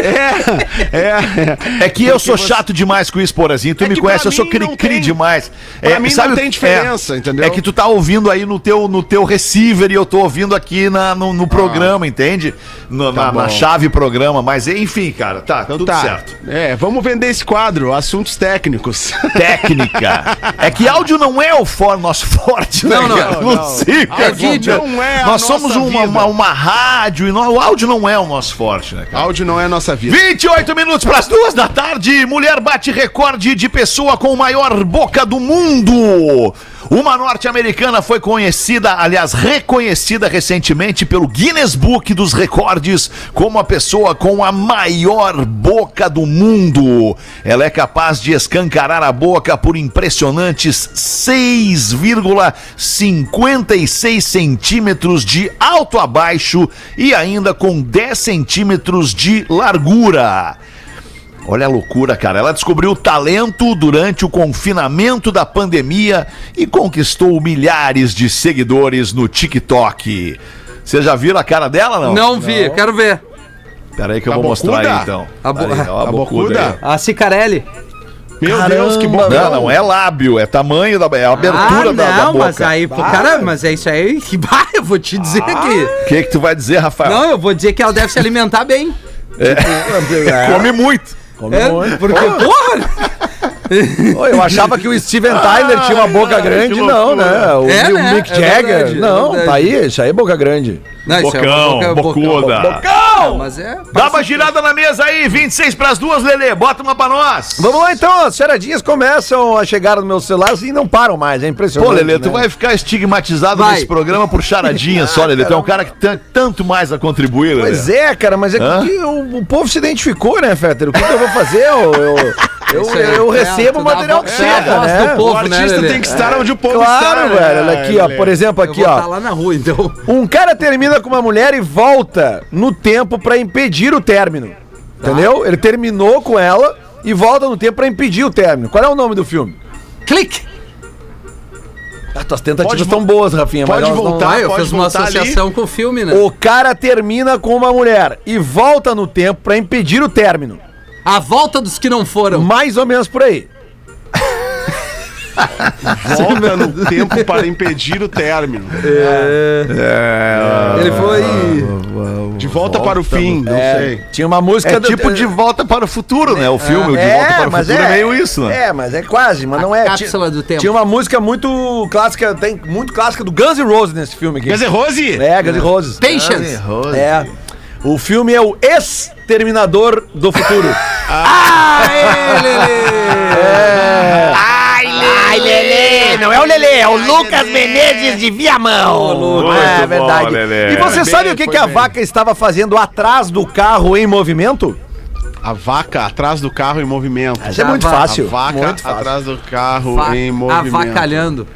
[SPEAKER 3] É, é, é,
[SPEAKER 2] É que eu sou chato demais com isso, Porazinho. Tu
[SPEAKER 3] É
[SPEAKER 2] me
[SPEAKER 3] que
[SPEAKER 2] conhece,
[SPEAKER 3] pra
[SPEAKER 2] eu sou
[SPEAKER 3] mim não
[SPEAKER 2] cri-cri
[SPEAKER 3] tem-
[SPEAKER 2] demais.
[SPEAKER 3] pra mim não tem diferença,
[SPEAKER 2] é,
[SPEAKER 3] entendeu?
[SPEAKER 2] É que tu tá ouvindo aí no teu, no teu receiver e eu tô ouvindo aqui na, no, no programa, entende? No- na, na
[SPEAKER 3] Ah. Tá bom.
[SPEAKER 2] chave programa. Mas enfim, cara, tá, tudo
[SPEAKER 3] tá.
[SPEAKER 2] certo.
[SPEAKER 3] É, vamos vender esse quadro, assuntos técnicos.
[SPEAKER 2] Técnica. é que áudio não é o for, nosso forte, né,
[SPEAKER 4] Não, não,
[SPEAKER 2] cara?
[SPEAKER 3] não,
[SPEAKER 2] sei, cara.
[SPEAKER 3] vídeo não é a
[SPEAKER 2] Nós somos
[SPEAKER 3] nossa
[SPEAKER 2] uma,
[SPEAKER 3] vida.
[SPEAKER 2] uma, uma rádio e no- o áudio não é o nosso forte, né, cara?
[SPEAKER 3] Áudio não é nossa vida.
[SPEAKER 2] 28 minutos para as duas da tarde. Mulher bate recorde de pessoa com maior boca do mundo. Uma norte-americana foi conhecida, aliás, reconhecida recentemente pelo Guinness Book dos Recordes como a pessoa com a maior boca do mundo. Ela é capaz de escancarar a boca por impressionantes 6,56 centímetros de alto a baixo e ainda com 10 centímetros de largura. Olha a loucura, cara. Ela descobriu o talento durante o confinamento da pandemia e conquistou milhares de seguidores no TikTok. Vocês já viram a cara dela, não?
[SPEAKER 4] Não vi, quero ver.
[SPEAKER 2] Peraí que eu
[SPEAKER 3] A
[SPEAKER 2] vou mostrar aí,
[SPEAKER 3] bocuda?
[SPEAKER 2] então.
[SPEAKER 4] A bo-
[SPEAKER 2] Peraí, ó,
[SPEAKER 3] A bocuda?
[SPEAKER 2] aí.
[SPEAKER 4] A Cicarelli.
[SPEAKER 3] Meu Deus, que bom.
[SPEAKER 2] Não, não, é lábio, é tamanho da... É a abertura
[SPEAKER 4] ah,
[SPEAKER 2] da, da
[SPEAKER 4] não,
[SPEAKER 2] boca.
[SPEAKER 4] mas aí, pô, cara, mas é isso aí que bah, eu vou te dizer que.
[SPEAKER 2] O que que tu vai dizer, Rafael?
[SPEAKER 4] Não, eu vou dizer que ela deve se alimentar bem.
[SPEAKER 3] Tá.
[SPEAKER 2] Come muito.
[SPEAKER 4] É, porque, porra!
[SPEAKER 5] Ô, Eu achava que o Steven Tyler tinha uma boca grande, não, né? O,
[SPEAKER 4] É,
[SPEAKER 5] Mi- o
[SPEAKER 4] né?
[SPEAKER 5] Mick
[SPEAKER 4] É
[SPEAKER 5] Jagger.
[SPEAKER 4] verdade, é
[SPEAKER 5] não,
[SPEAKER 4] verdade.
[SPEAKER 5] tá aí, isso aí é boca grande.
[SPEAKER 4] Não, isso
[SPEAKER 2] Bocão,
[SPEAKER 4] é uma
[SPEAKER 2] bocuda.
[SPEAKER 4] Bocão! Mas é.
[SPEAKER 2] Dá uma girada na mesa aí, 26 pras duas, Lelê. Bota uma pra nós.
[SPEAKER 5] Vamos lá então, as charadinhas começam a chegar no meu celular e não param mais, é impressionante.
[SPEAKER 2] Pô, Lelê,
[SPEAKER 5] né?
[SPEAKER 2] tu vai ficar estigmatizado
[SPEAKER 4] Vai.
[SPEAKER 2] nesse programa por charadinha só, Lelê. Tu é um cara que tem tanto mais a contribuir, Lelê.
[SPEAKER 5] Pois é, cara, mas é
[SPEAKER 2] Hã?
[SPEAKER 5] que o, o povo se identificou, né, Fetter? O que, que eu vou fazer? Eu, eu, eu,
[SPEAKER 4] Isso aí.
[SPEAKER 5] eu
[SPEAKER 4] É, tu
[SPEAKER 5] recebo o
[SPEAKER 4] dá a
[SPEAKER 5] material
[SPEAKER 4] vo-
[SPEAKER 5] que
[SPEAKER 4] é, a
[SPEAKER 5] chega,
[SPEAKER 4] voz
[SPEAKER 5] né? um
[SPEAKER 4] do povo.
[SPEAKER 3] O artista
[SPEAKER 4] né, Lelê?
[SPEAKER 3] tem que estar onde o povo está.
[SPEAKER 5] Claro,
[SPEAKER 3] né,
[SPEAKER 5] velho. olha Aqui, ó,
[SPEAKER 3] Lelê?
[SPEAKER 5] por exemplo,
[SPEAKER 4] Eu
[SPEAKER 5] aqui,
[SPEAKER 4] vou estar
[SPEAKER 5] ó.
[SPEAKER 4] lá na rua, então.
[SPEAKER 5] Um cara termina com uma mulher e volta no tempo pra impedir o término. Entendeu? Ele terminou com ela e volta no tempo pra impedir o término. Qual é o nome do filme?
[SPEAKER 4] Clique!
[SPEAKER 5] Ah, tuas tentativas
[SPEAKER 3] Pode vo-
[SPEAKER 5] estão boas, Rafinha. mas
[SPEAKER 3] pode
[SPEAKER 5] elas não-
[SPEAKER 3] voltar.
[SPEAKER 4] Ah, eu
[SPEAKER 3] pode
[SPEAKER 4] fiz uma
[SPEAKER 3] voltar ali.
[SPEAKER 4] associação com o filme, né?
[SPEAKER 5] O cara termina com uma mulher e volta no tempo pra impedir o término.
[SPEAKER 4] A volta dos que não foram.
[SPEAKER 5] Mais ou menos por aí.
[SPEAKER 3] Volta no tempo para impedir o término.
[SPEAKER 4] Ele foi.
[SPEAKER 3] De volta, para o fim, não
[SPEAKER 5] É,
[SPEAKER 3] sei.
[SPEAKER 5] Tinha uma música
[SPEAKER 2] É tipo de volta para o futuro, né? O filme, o de volta para o
[SPEAKER 5] mas
[SPEAKER 2] futuro é, meio isso, né?
[SPEAKER 5] É, mas é quase, mas não é.
[SPEAKER 4] cápsula do tempo.
[SPEAKER 5] Tinha uma música muito clássica, tem muito clássica do Guns N' Roses nesse filme aqui.
[SPEAKER 3] Quer dizer, Rose,
[SPEAKER 5] É, Guns N' Roses.
[SPEAKER 4] Patience!
[SPEAKER 5] É. O filme é o Exterminador do Futuro.
[SPEAKER 2] Ah.
[SPEAKER 4] Aê, Lelê!
[SPEAKER 5] não é o Lele, é o Lucas Menezes de Viamão. É verdade. e você sabe o que, que a vaca estava fazendo atrás do carro em movimento?
[SPEAKER 3] a vaca atrás do carro em movimento.
[SPEAKER 5] Isso é muito
[SPEAKER 4] vaca-
[SPEAKER 3] A
[SPEAKER 5] fácil.
[SPEAKER 3] vaca
[SPEAKER 5] muito fácil.
[SPEAKER 3] atrás do carro
[SPEAKER 4] Va-
[SPEAKER 3] em movimento.
[SPEAKER 4] avacalhando.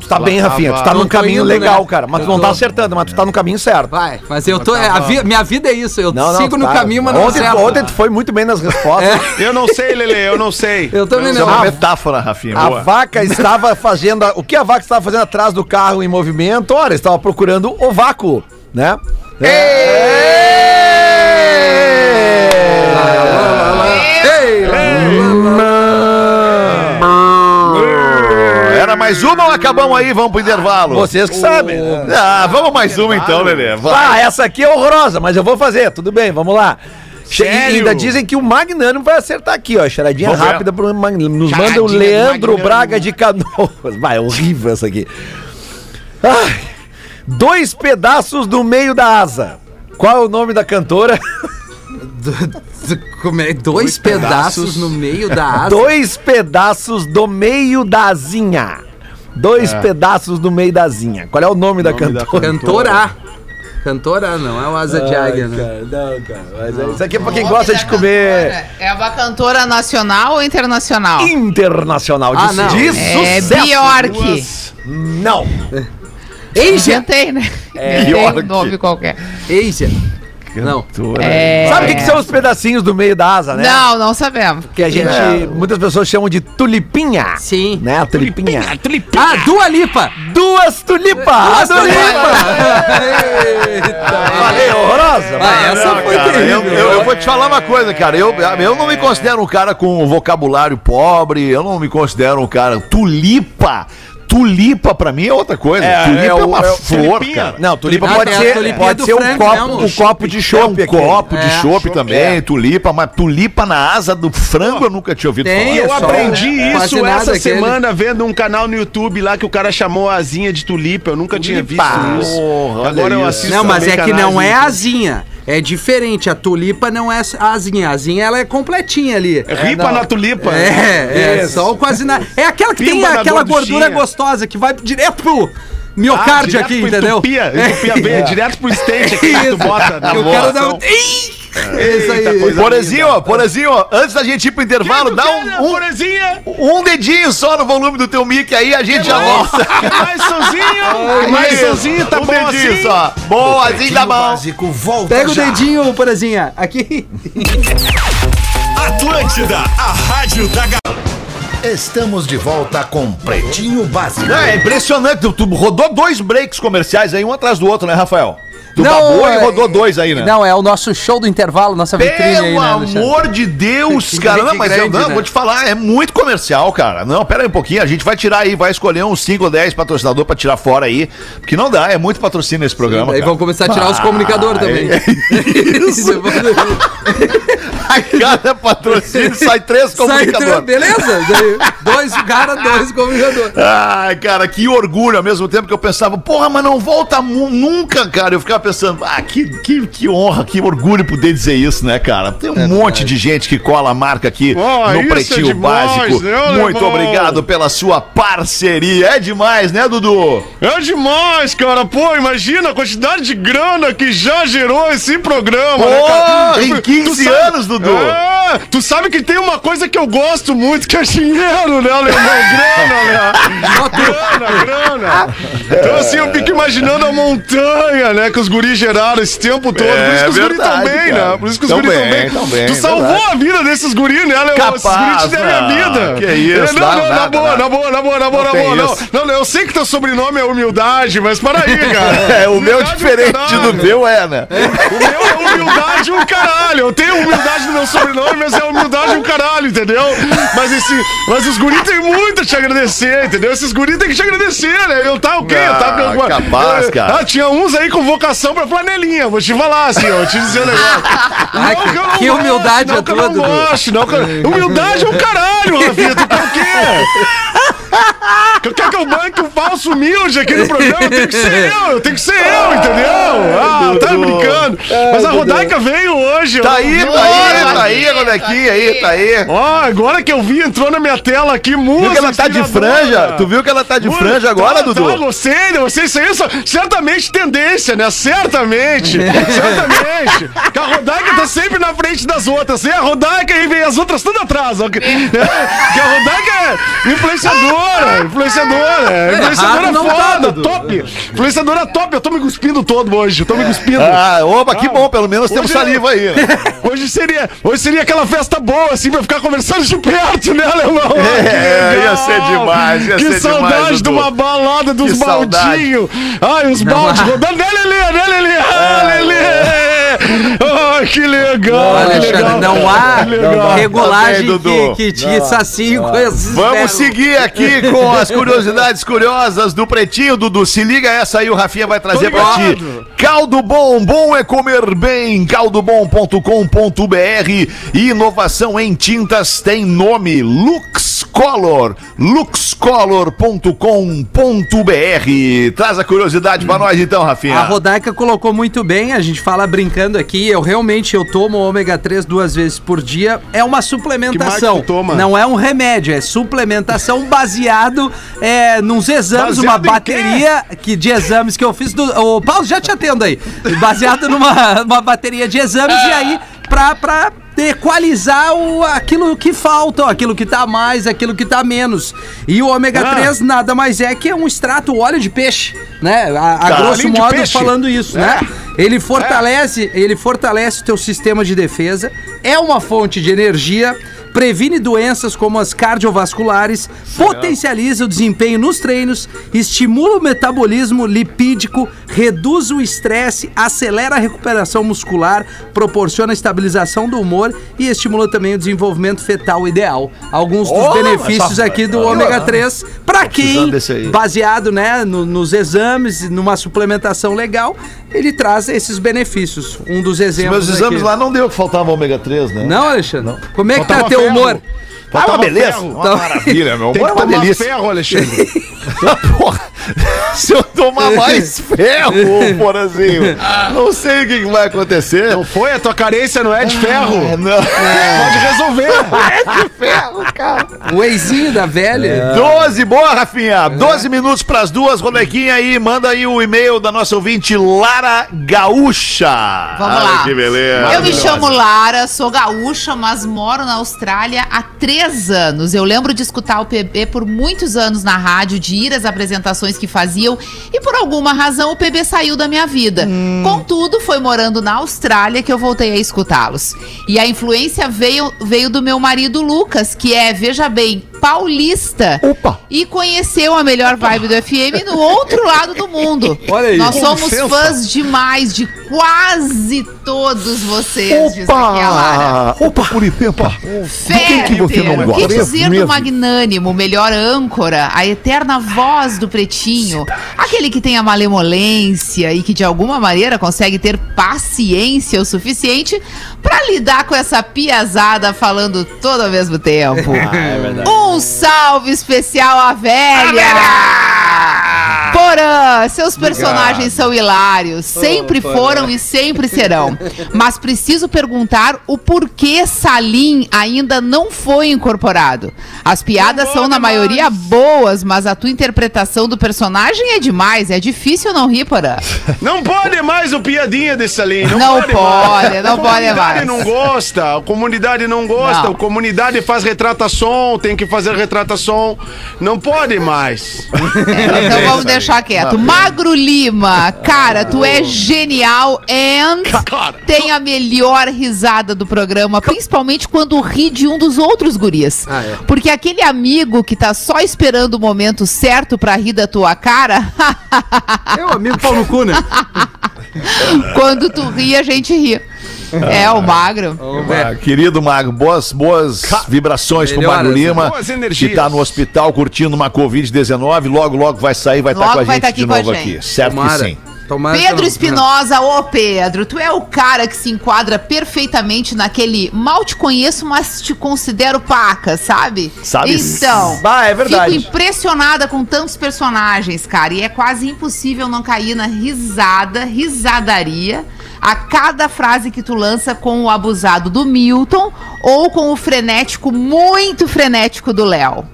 [SPEAKER 5] Tu tá bem, Rafinha. Tu tá
[SPEAKER 4] Eu
[SPEAKER 5] num
[SPEAKER 4] tô
[SPEAKER 5] caminho
[SPEAKER 4] indo,
[SPEAKER 5] legal,
[SPEAKER 4] né?
[SPEAKER 5] cara. Mas
[SPEAKER 4] Eu
[SPEAKER 5] tu não
[SPEAKER 4] tô.
[SPEAKER 5] tá acertando, mas tu tá no caminho certo.
[SPEAKER 4] Vai, mas eu tô. é, a vi- minha vida é isso. Eu sigo no
[SPEAKER 5] tá.
[SPEAKER 4] caminho, mas não É.
[SPEAKER 5] ontem,
[SPEAKER 4] acerto.
[SPEAKER 5] tu, ontem tu foi muito bem nas respostas.
[SPEAKER 3] Eu não sei, Lele, eu não sei.
[SPEAKER 4] Eu também
[SPEAKER 2] Isso é
[SPEAKER 4] não.
[SPEAKER 2] uma metáfora,
[SPEAKER 4] É
[SPEAKER 2] Rafinha.
[SPEAKER 5] A
[SPEAKER 2] Boa.
[SPEAKER 5] vaca estava fazendo. a- O que a vaca estava fazendo atrás do carro em movimento? Ora, estava procurando o vácuo, né?
[SPEAKER 4] É.
[SPEAKER 2] Era mais uma ou acabamos aí? Vamos pro intervalo.
[SPEAKER 5] Vocês que sabem. né?
[SPEAKER 2] Ah, vamos mais uma então, Lelê. Vai.
[SPEAKER 5] Ah, essa aqui é horrorosa, mas eu vou fazer, tudo bem, vamos lá. Che-
[SPEAKER 3] Sério?
[SPEAKER 5] E ainda dizem que o Magnânimo vai acertar aqui, ó. Charadinha
[SPEAKER 2] Vamos ver.
[SPEAKER 5] rápida pro Mag- nos manda o
[SPEAKER 3] Charadinha do
[SPEAKER 5] Leandro
[SPEAKER 3] Magnânimo.
[SPEAKER 5] Braga de Canoas. Vai, é horrível essa aqui. Ai, dois pedaços do meio da asa. Qual é o nome da cantora?
[SPEAKER 4] Como é? Dois pedaços no meio da asa.
[SPEAKER 5] Dois pedaços do meio da asinha. Dois pedaços do meio da asinha. Qual é o nome da cantora?
[SPEAKER 4] Cantora. Cantora não, é o asa de águia, né?
[SPEAKER 5] Não, cara, mas é- isso aqui é pra
[SPEAKER 6] O
[SPEAKER 5] quem
[SPEAKER 6] nome
[SPEAKER 5] gosta
[SPEAKER 6] da
[SPEAKER 5] de comer.
[SPEAKER 6] cantora É uma cantora nacional ou internacional?
[SPEAKER 5] internacional de,
[SPEAKER 4] Ah, não.
[SPEAKER 5] de
[SPEAKER 6] Ah. É
[SPEAKER 5] sucesso.
[SPEAKER 6] Bjork.
[SPEAKER 5] Não.
[SPEAKER 4] Eija!
[SPEAKER 6] Inventei, né?
[SPEAKER 5] É.
[SPEAKER 6] Inventei um nome qualquer.
[SPEAKER 4] Eija! Não.
[SPEAKER 6] É...
[SPEAKER 5] Sabe o que, que são os pedacinhos do meio da asa, né?
[SPEAKER 6] Não, não sabemos.
[SPEAKER 5] Que a gente, muitas pessoas chamam de tulipinha.
[SPEAKER 4] Sim.
[SPEAKER 5] Né, a tulipinha.
[SPEAKER 4] Ah, Dua Lipa!
[SPEAKER 5] Duas tulipas. A
[SPEAKER 4] Eita!
[SPEAKER 5] Falei, horrorosa.
[SPEAKER 4] Ah,
[SPEAKER 5] mas-
[SPEAKER 4] essa foi
[SPEAKER 2] Cara,
[SPEAKER 5] É
[SPEAKER 2] eu,
[SPEAKER 4] terrível.
[SPEAKER 2] eu- eu vou te falar uma coisa, cara. Eu, eu não me considero um cara com vocabulário pobre. Eu não me considero um cara. Tulipa! Tulipa pra mim é outra coisa.
[SPEAKER 5] É,
[SPEAKER 2] tulipa é,
[SPEAKER 5] é o-
[SPEAKER 2] uma
[SPEAKER 5] é o-
[SPEAKER 2] flor, cara.
[SPEAKER 5] Não, tulipa
[SPEAKER 4] Ah,
[SPEAKER 5] pode
[SPEAKER 4] é, a
[SPEAKER 5] ser,
[SPEAKER 4] tulipinha
[SPEAKER 5] pode
[SPEAKER 4] do
[SPEAKER 5] ser um
[SPEAKER 4] Frank,
[SPEAKER 5] copo,
[SPEAKER 4] né,
[SPEAKER 5] um copo de chope.
[SPEAKER 2] é um
[SPEAKER 5] aquele.
[SPEAKER 2] copo de
[SPEAKER 4] É.
[SPEAKER 2] chope também, tulipa, mas tulipa na asa do frango eu nunca tinha ouvido
[SPEAKER 4] Tem,
[SPEAKER 2] falar.
[SPEAKER 3] Eu
[SPEAKER 4] Só,
[SPEAKER 3] aprendi
[SPEAKER 4] né? Quase
[SPEAKER 3] isso
[SPEAKER 4] nada
[SPEAKER 3] essa
[SPEAKER 4] aquele.
[SPEAKER 3] semana vendo um canal no YouTube lá que o cara chamou a asinha de tulipa. Eu nunca tinha visto isso.
[SPEAKER 2] Porra,
[SPEAKER 3] Agora
[SPEAKER 2] olha
[SPEAKER 3] eu
[SPEAKER 2] isso.
[SPEAKER 3] assisto.
[SPEAKER 4] Não, mas
[SPEAKER 3] também
[SPEAKER 4] é que não é
[SPEAKER 3] canais no
[SPEAKER 4] asinha. É diferente. A tulipa não é a asinha. A asinha ela é completinha ali.
[SPEAKER 3] YouTube. É Ripa
[SPEAKER 4] não.
[SPEAKER 3] na tulipa.
[SPEAKER 4] É, é só o quase nada. É aquela que tem
[SPEAKER 3] Pimba na
[SPEAKER 4] aquela
[SPEAKER 3] gorduchinha.
[SPEAKER 4] gordura gostosa que vai direto pro
[SPEAKER 3] Ah,
[SPEAKER 4] miocárdio
[SPEAKER 3] direto
[SPEAKER 4] aqui,
[SPEAKER 3] pro
[SPEAKER 4] entendeu? É
[SPEAKER 3] Entupia, entupia a veia, direto pro stage aqui que tu bota né? na
[SPEAKER 4] Que o cara dá um... Ih! É isso aí.
[SPEAKER 2] Porezinho, ó, Porezinho, ó, antes da gente ir pro intervalo, dá
[SPEAKER 5] né,
[SPEAKER 2] um, um-
[SPEAKER 3] Florezinha,
[SPEAKER 2] um dedinho só no volume do teu mic aí, a gente já volta.
[SPEAKER 3] mais sozinho, mais sozinho, tá
[SPEAKER 2] um
[SPEAKER 3] bom
[SPEAKER 2] dedinho
[SPEAKER 3] assim?
[SPEAKER 2] só. Boa, assim tá bom.
[SPEAKER 4] Pega o dedinho, Porazinha. Aqui.
[SPEAKER 8] Atlântida, a rádio da
[SPEAKER 1] Estamos de volta com Pretinho Básico.
[SPEAKER 2] Não, é impressionante, tu, tu rodou dois breaks comerciais aí, um atrás do outro, né, Rafael? Tu
[SPEAKER 4] Não,
[SPEAKER 2] babou
[SPEAKER 4] é-
[SPEAKER 2] e rodou dois aí, né?
[SPEAKER 4] Não, é o nosso show do intervalo, nossa vitrine aí,
[SPEAKER 2] Pelo
[SPEAKER 4] né, Alexandre?
[SPEAKER 2] amor de Deus,
[SPEAKER 4] Que
[SPEAKER 2] cara. Não,
[SPEAKER 4] grande,
[SPEAKER 2] mas eu
[SPEAKER 4] grande,
[SPEAKER 2] não,
[SPEAKER 4] né?
[SPEAKER 2] vou te falar, é muito comercial, cara. Não, pera aí um pouquinho, a gente vai tirar aí, vai escolher uns 5 ou 10 patrocinador pra tirar fora aí. Porque não dá, é muito patrocínio esse programa.
[SPEAKER 4] Aí
[SPEAKER 2] cara.
[SPEAKER 4] vão começar a tirar
[SPEAKER 3] Ah,
[SPEAKER 4] os
[SPEAKER 3] é
[SPEAKER 4] comunicadores também. Isso.
[SPEAKER 2] Ai, cada patrocínio sai três
[SPEAKER 4] Sai entrando,
[SPEAKER 2] comunicadores.
[SPEAKER 4] beleza? Daí, Dois caras, dois comunicadores.
[SPEAKER 2] Ai, cara, que orgulho ao mesmo tempo que eu pensava, porra, mas não volta mu- nunca, cara. Eu ficava pensando, ah, que, que, que honra, que orgulho poder dizer isso, né, cara? Tem um monte de gente que cola a marca aqui
[SPEAKER 3] É Ó,
[SPEAKER 2] no
[SPEAKER 3] isso é
[SPEAKER 2] Pretinho
[SPEAKER 3] demais,
[SPEAKER 2] Básico.
[SPEAKER 3] né, alemão?
[SPEAKER 2] Muito obrigado pela sua parceria. É demais, né, Dudu?
[SPEAKER 3] É demais, cara. Pô, imagina a quantidade de grana que já gerou esse programa. né, cara?
[SPEAKER 2] Pô, em
[SPEAKER 3] Tu
[SPEAKER 2] 15
[SPEAKER 3] sabe-
[SPEAKER 2] anos, Dudu.
[SPEAKER 3] É, tu sabe que tem uma coisa que eu gosto muito, que é dinheiro, né, alemão? Grana, né? Grana, grana. Então, assim, eu fico imaginando a montanha, né, que os guris geraram esse tempo todo. Por isso que os guris tão
[SPEAKER 2] É verdade,
[SPEAKER 3] bem,
[SPEAKER 2] cara.
[SPEAKER 3] né? Por isso que os
[SPEAKER 2] Tão
[SPEAKER 3] guris tão
[SPEAKER 2] bem,
[SPEAKER 3] bem.
[SPEAKER 2] tão bem,
[SPEAKER 3] Tu
[SPEAKER 2] é
[SPEAKER 3] salvou
[SPEAKER 2] verdade.
[SPEAKER 3] a vida desses guris, né, alemão? esses
[SPEAKER 2] Capaz,
[SPEAKER 3] guris te deram a
[SPEAKER 2] não.
[SPEAKER 3] vida.
[SPEAKER 2] Que isso,
[SPEAKER 3] É, não,
[SPEAKER 2] não,
[SPEAKER 3] não, na
[SPEAKER 2] nada,
[SPEAKER 3] boa,
[SPEAKER 2] nada.
[SPEAKER 3] na boa, na boa, na boa, na
[SPEAKER 2] tem
[SPEAKER 3] boa. Não,
[SPEAKER 2] isso.
[SPEAKER 3] não, não, eu sei que teu sobrenome é humildade, mas para aí, cara.
[SPEAKER 2] É, o meu
[SPEAKER 3] Humildade
[SPEAKER 2] diferente
[SPEAKER 3] caralho.
[SPEAKER 2] do meu é, né?
[SPEAKER 3] O meu é humildade um caralho. Eu tenho humildade no meu sobrenome, mas é humildade um caralho, entendeu? Mas, esse, mas os guris têm muito a te agradecer, entendeu? Esses guris têm que te agradecer, né? Eu tá o quê? Eu tá,
[SPEAKER 2] Ah, capaz,
[SPEAKER 3] eu-
[SPEAKER 2] cara.
[SPEAKER 3] Ah, tinha uns aí com vocação pra flanelinha, vou te falar, assim, eu vou te dizer o negócio.
[SPEAKER 4] Ai,
[SPEAKER 3] Não
[SPEAKER 4] que-
[SPEAKER 3] eu não
[SPEAKER 4] que humildade
[SPEAKER 3] gosto, não
[SPEAKER 4] a
[SPEAKER 3] que eu
[SPEAKER 4] tua,
[SPEAKER 3] não
[SPEAKER 4] Dudu.
[SPEAKER 3] gosto, não que eu- Humildade é um caralho, Rafinha, tu tá o quê? Tu Quer que eu banque um falso humilde aqui no programa? Tem que ser eu, eu tenho que ser eu, entendeu? Ah, tá brincando. Mas a Rodaica veio hoje.
[SPEAKER 2] Tá
[SPEAKER 3] ó.
[SPEAKER 2] aí, tá aí, tá aí, Rodequinha, aí, tá aí.
[SPEAKER 3] Ó, agora que eu vi, entrou na minha tela aqui, música.
[SPEAKER 2] Viu que ela tá de franja? Tu viu que ela tá de franja agora,
[SPEAKER 3] Tá,
[SPEAKER 2] Dudu?
[SPEAKER 3] gostei, gostei. Isso aí é certamente tendência, né? Certamente. certamente. Porque a Rodaica tá sempre na frente das outras. E a Rodaica e vem as outras tudo atrás. ó. É, Porque a Rodaica é influenciadora. Influenciadora. é Influenciadora
[SPEAKER 4] Errado não tá,
[SPEAKER 3] foda,
[SPEAKER 4] Dudu.
[SPEAKER 3] top. Influenciadora top. Eu tô me cuspindo todo hoje. Eu tô me cuspindo.
[SPEAKER 2] Ah, opa, que bom, pelo menos temos
[SPEAKER 3] Tá Hoje- é
[SPEAKER 2] saliva aí. né?
[SPEAKER 3] Hoje seria, hoje seria aquela festa boa, assim, pra ficar conversando de perto, né, alemão? Ah,
[SPEAKER 2] É,
[SPEAKER 3] Que legal.
[SPEAKER 2] ia ser demais, ia
[SPEAKER 3] que
[SPEAKER 2] ser
[SPEAKER 3] saudade
[SPEAKER 2] demais,
[SPEAKER 3] de
[SPEAKER 2] Dudu.
[SPEAKER 3] uma balada dos
[SPEAKER 2] Que saudade. ah.
[SPEAKER 3] baldinhos. Ai, os baldes rodando. Né, Lelê? Né, Lelê? Ah, Lelê! É. Ai, que legal,
[SPEAKER 4] Olha,
[SPEAKER 3] que
[SPEAKER 4] Alexandre,
[SPEAKER 3] legal.
[SPEAKER 4] não há
[SPEAKER 3] Que legal.
[SPEAKER 4] regulagem
[SPEAKER 2] Tá bem, Dudu.
[SPEAKER 4] que, que te sacie com esses
[SPEAKER 2] Vamos
[SPEAKER 4] ferros.
[SPEAKER 2] seguir aqui com as curiosidades curiosas do Pretinho, Dudu. Se liga essa aí, o Rafinha vai trazer
[SPEAKER 3] Tô
[SPEAKER 2] pra ti.
[SPEAKER 3] ligado.
[SPEAKER 2] Caldo Bom, bom é comer bem. Caldobom.com.br E Inovação em tintas tem nome Lux Color. Luxcolor.com.br. Traz a curiosidade pra nós então,
[SPEAKER 4] A
[SPEAKER 2] Rafinha.
[SPEAKER 4] Rodaica colocou muito bem, a gente fala brincando aqui, eu realmente eu tomo ômega 3 duas vezes por dia, é uma suplementação.
[SPEAKER 3] Que mais tu toma?
[SPEAKER 4] Não é um remédio, é suplementação baseado é, nos exames,
[SPEAKER 3] Baseado
[SPEAKER 4] uma
[SPEAKER 3] em quê?
[SPEAKER 4] bateria que, de exames que eu fiz. Do, ô, Paulo, já te atendo aí. Baseado numa uma bateria de exames e aí pra... pra equalizar o, aquilo que falta, ó, aquilo que tá mais, aquilo que tá menos. E o ômega
[SPEAKER 3] Ah.
[SPEAKER 4] 3 nada mais é que é um extrato óleo de peixe, né? A, a
[SPEAKER 3] Tá.
[SPEAKER 4] grosso
[SPEAKER 3] Óleo de
[SPEAKER 4] modo
[SPEAKER 3] peixe. É.
[SPEAKER 4] falando isso, né? Ele fortalece, ele fortalece o teu sistema de defesa, é uma fonte de energia, previne doenças como as cardiovasculares, potencializa o desempenho nos treinos, estimula o metabolismo lipídico, reduz o estresse, acelera a recuperação muscular, proporciona estabilização do humor e estimula também o desenvolvimento fetal ideal. Alguns dos benefícios aqui do ômega 3 para quem
[SPEAKER 2] né? precisando desse aí.
[SPEAKER 4] baseado né, no- nos exames, numa suplementação legal, ele traz esses benefícios. Um dos exemplos.
[SPEAKER 2] Meus exames
[SPEAKER 4] aqui.
[SPEAKER 2] lá não deu que faltava ômega 3, né?
[SPEAKER 4] Não, Alexandre? Como é que tá
[SPEAKER 3] Faltava
[SPEAKER 4] teu
[SPEAKER 3] ferro.
[SPEAKER 4] humor?
[SPEAKER 2] Ah, uma
[SPEAKER 3] Faltava
[SPEAKER 2] beleza.
[SPEAKER 3] ferro.
[SPEAKER 2] Uma maravilha, meu.
[SPEAKER 3] Tem
[SPEAKER 2] Uma
[SPEAKER 3] que tomar
[SPEAKER 2] delícia.
[SPEAKER 3] ferro, Alexandre.
[SPEAKER 2] Porra, se eu tomar mais ferro, Porazinho, não sei o que que vai acontecer.
[SPEAKER 3] Ah. Não foi? A tua carência não é de ferro. É.
[SPEAKER 2] Ah, não.
[SPEAKER 3] Pode resolver.
[SPEAKER 4] O eizinho da
[SPEAKER 2] É.
[SPEAKER 4] velha?
[SPEAKER 2] 12, boa, Rafinha. 12 minutos pras duas, Rodequinha aí. Manda aí o e-mail da nossa ouvinte, Lara Gaúcha.
[SPEAKER 6] Vamos
[SPEAKER 2] Olha
[SPEAKER 6] lá.
[SPEAKER 2] que beleza.
[SPEAKER 6] Eu me chamo Lara, sou gaúcha, mas moro na Austrália há três anos. Eu lembro de escutar o PB por muitos anos na rádio, de ir às apresentações que faziam, e por alguma razão o PB saiu da minha vida. Contudo, foi morando na Austrália que eu voltei a escutá-los. E a influência veio, veio do meu marido Lucas, que é, veja bem, paulista.
[SPEAKER 2] Opa.
[SPEAKER 6] E conheceu a melhor vibe do FM no outro lado do mundo.
[SPEAKER 4] Olha aí.
[SPEAKER 6] Nós
[SPEAKER 4] Com
[SPEAKER 6] somos
[SPEAKER 4] licença.
[SPEAKER 6] fãs demais de quase todos vocês, diz aqui a Lara.
[SPEAKER 2] Opa! Opa, Puritempa!
[SPEAKER 6] Fé,
[SPEAKER 2] quem que você não
[SPEAKER 6] Pedro,
[SPEAKER 2] gosta
[SPEAKER 6] que dizer
[SPEAKER 2] mesmo?
[SPEAKER 6] do magnânimo, o melhor âncora, a eterna voz do pretinho, aquele que tem a malemolência e que de alguma maneira consegue ter paciência o suficiente pra lidar com essa piazada falando todo ao mesmo tempo. um salve especial à velha! Porã, seus personagens são hilários, sempre foram e sempre serão. Mas preciso perguntar o porquê Salim ainda não foi incorporado. As piadas são, na maioria, boas, mas a tua interpretação do personagem é demais. É difícil não rir, Porã.
[SPEAKER 3] Não pode mais o piadinha desse ali.
[SPEAKER 6] Não pode, não
[SPEAKER 3] A
[SPEAKER 6] pode mais.
[SPEAKER 3] comunidade não gosta, a comunidade não gosta,
[SPEAKER 6] Não.
[SPEAKER 3] a comunidade faz retratação, tem que fazer retratação. Não pode mais.
[SPEAKER 6] Então vamos deixar quieto. Magro Lima, cara, tu é genial and tem a melhor risada do programa, principalmente quando ri de um dos outros guris.
[SPEAKER 4] Ah, é.
[SPEAKER 6] Porque aquele amigo que tá só esperando o momento certo pra rir da tua cara,
[SPEAKER 4] É o amigo Paulo Cunha.
[SPEAKER 6] quando tu ri, a gente ri. É, o magro.
[SPEAKER 2] Ah, Querido Mago, boas, boas vibrações pro Mago
[SPEAKER 4] Melhoras, né?
[SPEAKER 2] Lima,
[SPEAKER 3] Boas
[SPEAKER 2] que
[SPEAKER 3] energias.
[SPEAKER 2] tá no hospital curtindo uma Covid-19. Logo, logo vai sair, vai estar
[SPEAKER 6] Logo
[SPEAKER 2] com a
[SPEAKER 6] vai
[SPEAKER 2] gente
[SPEAKER 6] tá aqui
[SPEAKER 2] de
[SPEAKER 6] com a
[SPEAKER 2] novo
[SPEAKER 6] gente.
[SPEAKER 2] aqui. Certo
[SPEAKER 4] Tomara.
[SPEAKER 2] que sim.
[SPEAKER 4] Tomás,
[SPEAKER 6] Pedro
[SPEAKER 4] não.
[SPEAKER 6] Espinosa, ô Pedro, tu é o cara que se enquadra perfeitamente naquele mal te conheço, mas te considero paca, sabe?
[SPEAKER 2] Sabe?
[SPEAKER 6] Então,
[SPEAKER 5] Bah, é verdade.
[SPEAKER 6] fico impressionada com tantos personagens, cara, e é quase impossível não cair na risada, risadaria, a cada frase que tu lança com o abusado do Milton ou com o frenético, muito frenético do Léo.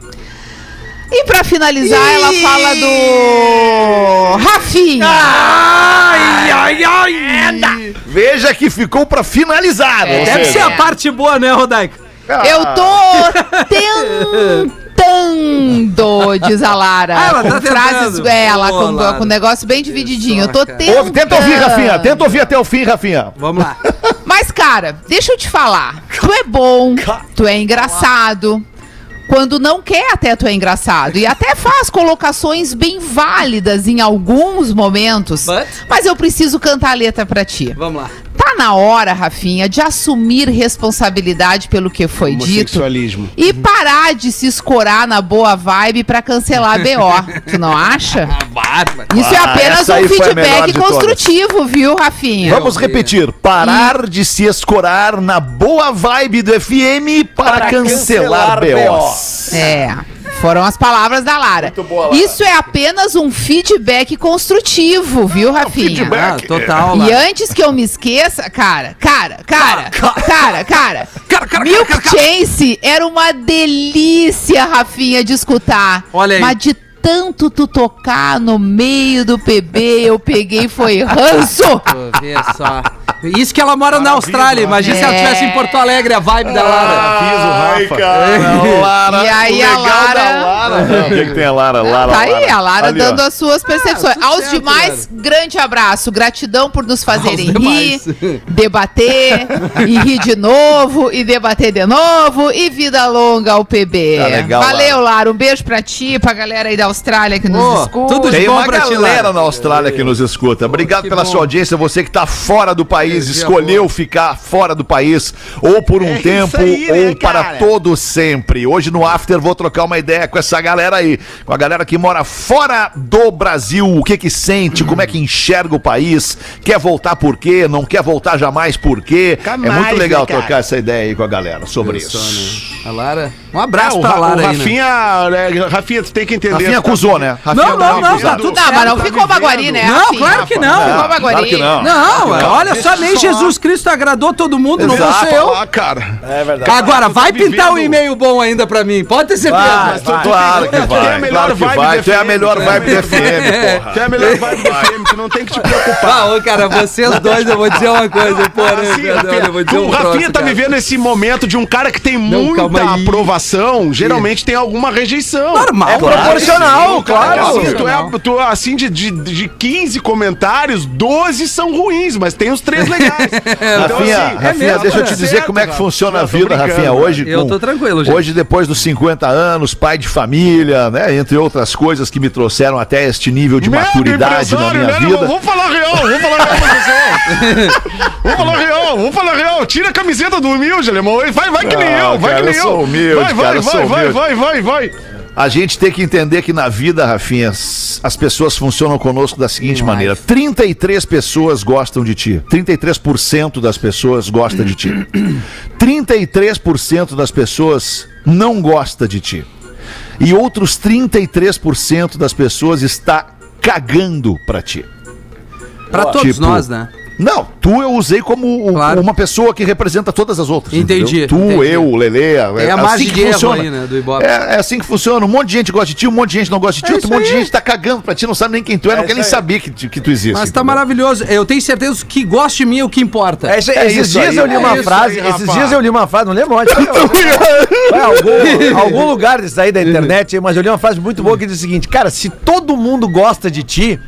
[SPEAKER 6] E pra finalizar, ela fala do Rafinha.
[SPEAKER 5] Ah,
[SPEAKER 2] Veja que ficou pra finalizar.
[SPEAKER 6] É.
[SPEAKER 2] ou
[SPEAKER 4] Deve
[SPEAKER 2] seja,
[SPEAKER 4] ser a parte boa, né, Rodaica?
[SPEAKER 6] Eu
[SPEAKER 4] Ah.
[SPEAKER 6] tô tentando, diz a Lara.
[SPEAKER 4] Ah, ela tá
[SPEAKER 6] com frases,
[SPEAKER 4] tentando.
[SPEAKER 6] é, ela
[SPEAKER 4] Ô,
[SPEAKER 6] com,
[SPEAKER 4] Lara.
[SPEAKER 6] com um negócio bem divididinho. Eu tô
[SPEAKER 4] cara.
[SPEAKER 6] tentando.
[SPEAKER 2] ouve- tenta ouvir, Rafinha. Tenta ouvir até o fim, Rafinha.
[SPEAKER 4] Vamos lá.
[SPEAKER 6] Mas, cara, deixa eu te falar. Tu é bom, tu é engraçado. Quando não quer, até tu é engraçado. E até faz colocações bem válidas em alguns momentos.
[SPEAKER 4] But?
[SPEAKER 6] Mas eu preciso cantar a letra pra ti.
[SPEAKER 4] Vamos lá.
[SPEAKER 6] Tá na hora, Rafinha, de assumir responsabilidade pelo que foi dito
[SPEAKER 3] Homossexualismo.
[SPEAKER 6] e parar de se escorar na boa vibe pra cancelar a BO. tu não acha? Isso é
[SPEAKER 2] Ah,
[SPEAKER 6] apenas
[SPEAKER 2] essa
[SPEAKER 6] um
[SPEAKER 2] aí foi a melhor
[SPEAKER 6] feedback
[SPEAKER 2] de todas.
[SPEAKER 6] construtivo, viu, Rafinha?
[SPEAKER 2] Vamos
[SPEAKER 4] Meu Deus.
[SPEAKER 2] repetir. Parar de se escorar na boa vibe do FM para, cancelar,
[SPEAKER 5] cancelar
[SPEAKER 2] BOs.
[SPEAKER 6] É. Foram as palavras da Lara. Isso é apenas um feedback construtivo, viu, Rafinha?
[SPEAKER 4] Ah,
[SPEAKER 2] né?
[SPEAKER 4] total.
[SPEAKER 6] E
[SPEAKER 4] Lara.
[SPEAKER 6] antes que eu me esqueça, cara, cara,
[SPEAKER 2] Ah,
[SPEAKER 6] cara, cara, cara,
[SPEAKER 4] Cara, cara,
[SPEAKER 6] Milk
[SPEAKER 4] cara, cara,
[SPEAKER 6] Chance era uma delícia, Rafinha, de escutar.
[SPEAKER 4] Olha aí.
[SPEAKER 6] Mas de tanto tu tocar no meio do PB, eu peguei foi ranço.
[SPEAKER 4] Pô, vê só. Isso que ela mora na Austrália. Imagina se ela estivesse em Porto Alegre, a vibe da
[SPEAKER 2] Ah.
[SPEAKER 4] Lara.
[SPEAKER 2] Ai, cara, Lara,
[SPEAKER 6] E aí
[SPEAKER 2] É o
[SPEAKER 6] a
[SPEAKER 2] legal
[SPEAKER 6] Lara-
[SPEAKER 2] da Lara. O que, que tem a Lara? Lara
[SPEAKER 6] tá aí, a Lara
[SPEAKER 2] Ali, ó.
[SPEAKER 6] dando as suas
[SPEAKER 4] Ah,
[SPEAKER 6] percepções.
[SPEAKER 4] tudo
[SPEAKER 6] Aos
[SPEAKER 4] certo,
[SPEAKER 6] demais, grande abraço. Gratidão por nos fazerem rir,
[SPEAKER 4] demais.
[SPEAKER 6] debater, e rir de novo, e debater de novo, e vida longa ao PB.
[SPEAKER 2] Tá legal,
[SPEAKER 6] Valeu, Lara. Um beijo pra ti, pra galera aí da Austrália que
[SPEAKER 4] Pô,
[SPEAKER 6] nos escuta.
[SPEAKER 4] tudo de
[SPEAKER 2] Tem
[SPEAKER 4] bom
[SPEAKER 2] uma
[SPEAKER 3] é
[SPEAKER 4] pra ti,
[SPEAKER 2] galera
[SPEAKER 4] Lara.
[SPEAKER 2] na Austrália que nos escuta. Obrigado
[SPEAKER 4] que
[SPEAKER 2] pela
[SPEAKER 4] bom.
[SPEAKER 2] sua audiência. Você que tá fora do país,
[SPEAKER 4] Energia
[SPEAKER 2] escolheu ficar fora do país, ou por um tempo, ou para todo sempre. Hoje no After vou trocar uma ideia com essa galera aí. Com a galera que mora fora do Brasil. O que que sente, como é que enxerga o país, quer voltar por quê, não quer voltar jamais por quê. é
[SPEAKER 3] né,
[SPEAKER 2] muito legal trocar essa ideia aí com a galera sobre isso.
[SPEAKER 4] A Lara. Um abraço
[SPEAKER 2] É,
[SPEAKER 3] Abraço
[SPEAKER 4] pra
[SPEAKER 3] pra
[SPEAKER 4] Lara aí, né?
[SPEAKER 3] Rafinha, né, Rafinha, tu tem que entender.
[SPEAKER 2] Rafinha acusou, né? Rafinha
[SPEAKER 4] Não, não, não, tá
[SPEAKER 3] Não,
[SPEAKER 4] tudo
[SPEAKER 6] Não, Ah, mas não
[SPEAKER 4] certo.
[SPEAKER 6] ficou baguari, né?
[SPEAKER 4] Não,
[SPEAKER 6] Rafinha?
[SPEAKER 4] claro que não.
[SPEAKER 6] Ficou baguari.
[SPEAKER 2] Claro que não.
[SPEAKER 4] Não, olha só, nem Jesus Cristo agradou todo mundo, não vou
[SPEAKER 2] tá
[SPEAKER 4] ser eu.
[SPEAKER 3] Ah, cara.
[SPEAKER 5] É verdade.
[SPEAKER 4] Agora,
[SPEAKER 3] tu
[SPEAKER 4] vai
[SPEAKER 3] tá vivendo-
[SPEAKER 4] pintar um e-mail bom ainda pra mim, pode ter certeza.
[SPEAKER 5] Vai,
[SPEAKER 4] Mas tu-
[SPEAKER 5] vai.
[SPEAKER 2] Claro que
[SPEAKER 3] Tu tem é a
[SPEAKER 2] vai,
[SPEAKER 3] melhor
[SPEAKER 2] claro que
[SPEAKER 3] vibe
[SPEAKER 2] vai.
[SPEAKER 3] do
[SPEAKER 2] Tu é a
[SPEAKER 3] FM,
[SPEAKER 2] melhor
[SPEAKER 3] né?
[SPEAKER 2] vibe do FM, porra.
[SPEAKER 3] Tu é a melhor vibe do FM, tu não tem que te preocupar.
[SPEAKER 4] Ah, ô, cara, vocês dois, eu vou dizer uma coisa, pô, né,
[SPEAKER 3] Assim,
[SPEAKER 4] Pedro, olha, eu vou dizer
[SPEAKER 3] tu,
[SPEAKER 4] um
[SPEAKER 3] o Rafinha
[SPEAKER 4] troço,
[SPEAKER 3] tá
[SPEAKER 4] cara.
[SPEAKER 3] vivendo esse momento de um cara que tem
[SPEAKER 4] Não,
[SPEAKER 3] muita
[SPEAKER 4] calma aí.
[SPEAKER 3] aprovação, geralmente tem alguma rejeição.
[SPEAKER 4] Normal,
[SPEAKER 5] É
[SPEAKER 4] claro.
[SPEAKER 5] proporcional,
[SPEAKER 3] Cara,
[SPEAKER 5] claro.
[SPEAKER 3] assim, tu é- tu, assim de, de, de 15 comentários, 12 são ruins, mas tem os três legais. Então,
[SPEAKER 2] Rafinha,
[SPEAKER 3] assim, é
[SPEAKER 2] Rafinha,
[SPEAKER 3] mesmo,
[SPEAKER 2] deixa eu
[SPEAKER 3] tá
[SPEAKER 2] te dizer
[SPEAKER 3] certo,
[SPEAKER 2] como é que
[SPEAKER 3] Rafa.
[SPEAKER 2] funciona a
[SPEAKER 3] Eu tô
[SPEAKER 2] vida,
[SPEAKER 3] brincando,
[SPEAKER 2] Rafinha, hoje.
[SPEAKER 4] Eu tô tranquilo, gente.
[SPEAKER 2] Hoje, depois dos 50 anos, pai de família, né? Entre outras coisas que me trouxeram até este nível de
[SPEAKER 3] Meu
[SPEAKER 2] maturidade na
[SPEAKER 3] empresário,
[SPEAKER 2] minha
[SPEAKER 3] né, irmão?
[SPEAKER 2] vida.
[SPEAKER 3] Vamos falar real, vamos falar real, pessoal. Vamos falar real, vamos falar real. Tira a camiseta do humilde, alemão. Vai, vai que nem
[SPEAKER 2] Ah,
[SPEAKER 3] eu, vai
[SPEAKER 2] cara,
[SPEAKER 3] que nem
[SPEAKER 2] eu
[SPEAKER 3] eu.
[SPEAKER 2] sou humilde,
[SPEAKER 3] vai, vai,
[SPEAKER 2] cara, eu
[SPEAKER 3] vai,
[SPEAKER 2] sou
[SPEAKER 3] vai,
[SPEAKER 2] humilde.
[SPEAKER 3] vai, vai, vai.
[SPEAKER 2] A gente tem que entender que na vida, Rafinha, as as pessoas funcionam conosco da seguinte maneira: 33 pessoas gostam de ti. 33% das pessoas gosta de ti. 33% das pessoas não gosta de ti. E outros 33% das pessoas está cagando pra ti.
[SPEAKER 4] Pra todos
[SPEAKER 2] Tipo,
[SPEAKER 4] nós, né?
[SPEAKER 2] Não, tu eu usei como o-
[SPEAKER 4] Claro.
[SPEAKER 2] uma pessoa que representa todas as outras.
[SPEAKER 4] Entendi,
[SPEAKER 2] entendeu? Tu,
[SPEAKER 4] entendi.
[SPEAKER 2] eu, o Lele. É,
[SPEAKER 4] a
[SPEAKER 2] assim
[SPEAKER 4] margem
[SPEAKER 2] que
[SPEAKER 4] de erro
[SPEAKER 2] funciona.
[SPEAKER 4] aí, né, do Ibope.
[SPEAKER 2] É, é assim que funciona. Um monte de gente gosta de ti, um monte de gente não gosta de ti,
[SPEAKER 4] É
[SPEAKER 2] outro
[SPEAKER 4] isso
[SPEAKER 2] monte de
[SPEAKER 4] aí.
[SPEAKER 2] gente tá cagando pra ti, não sabe nem quem tu é, não quer nem saber que, tu- que tu existe.
[SPEAKER 4] Mas tá
[SPEAKER 2] entendeu?
[SPEAKER 4] maravilhoso. Eu tenho certeza que gosta de mim é o que importa.
[SPEAKER 5] É isso aí.
[SPEAKER 2] É
[SPEAKER 5] esses
[SPEAKER 2] isso
[SPEAKER 5] dias
[SPEAKER 2] aí,
[SPEAKER 5] eu li
[SPEAKER 2] é
[SPEAKER 5] uma
[SPEAKER 2] isso
[SPEAKER 5] frase,
[SPEAKER 3] aí,
[SPEAKER 5] esses
[SPEAKER 3] rapaz.
[SPEAKER 5] dias eu li uma frase, não lembro onde. Foi é, algum, algum lugar disso aí da internet, mas eu li uma frase muito boa que diz o seguinte: Cara, se todo mundo gosta de ti,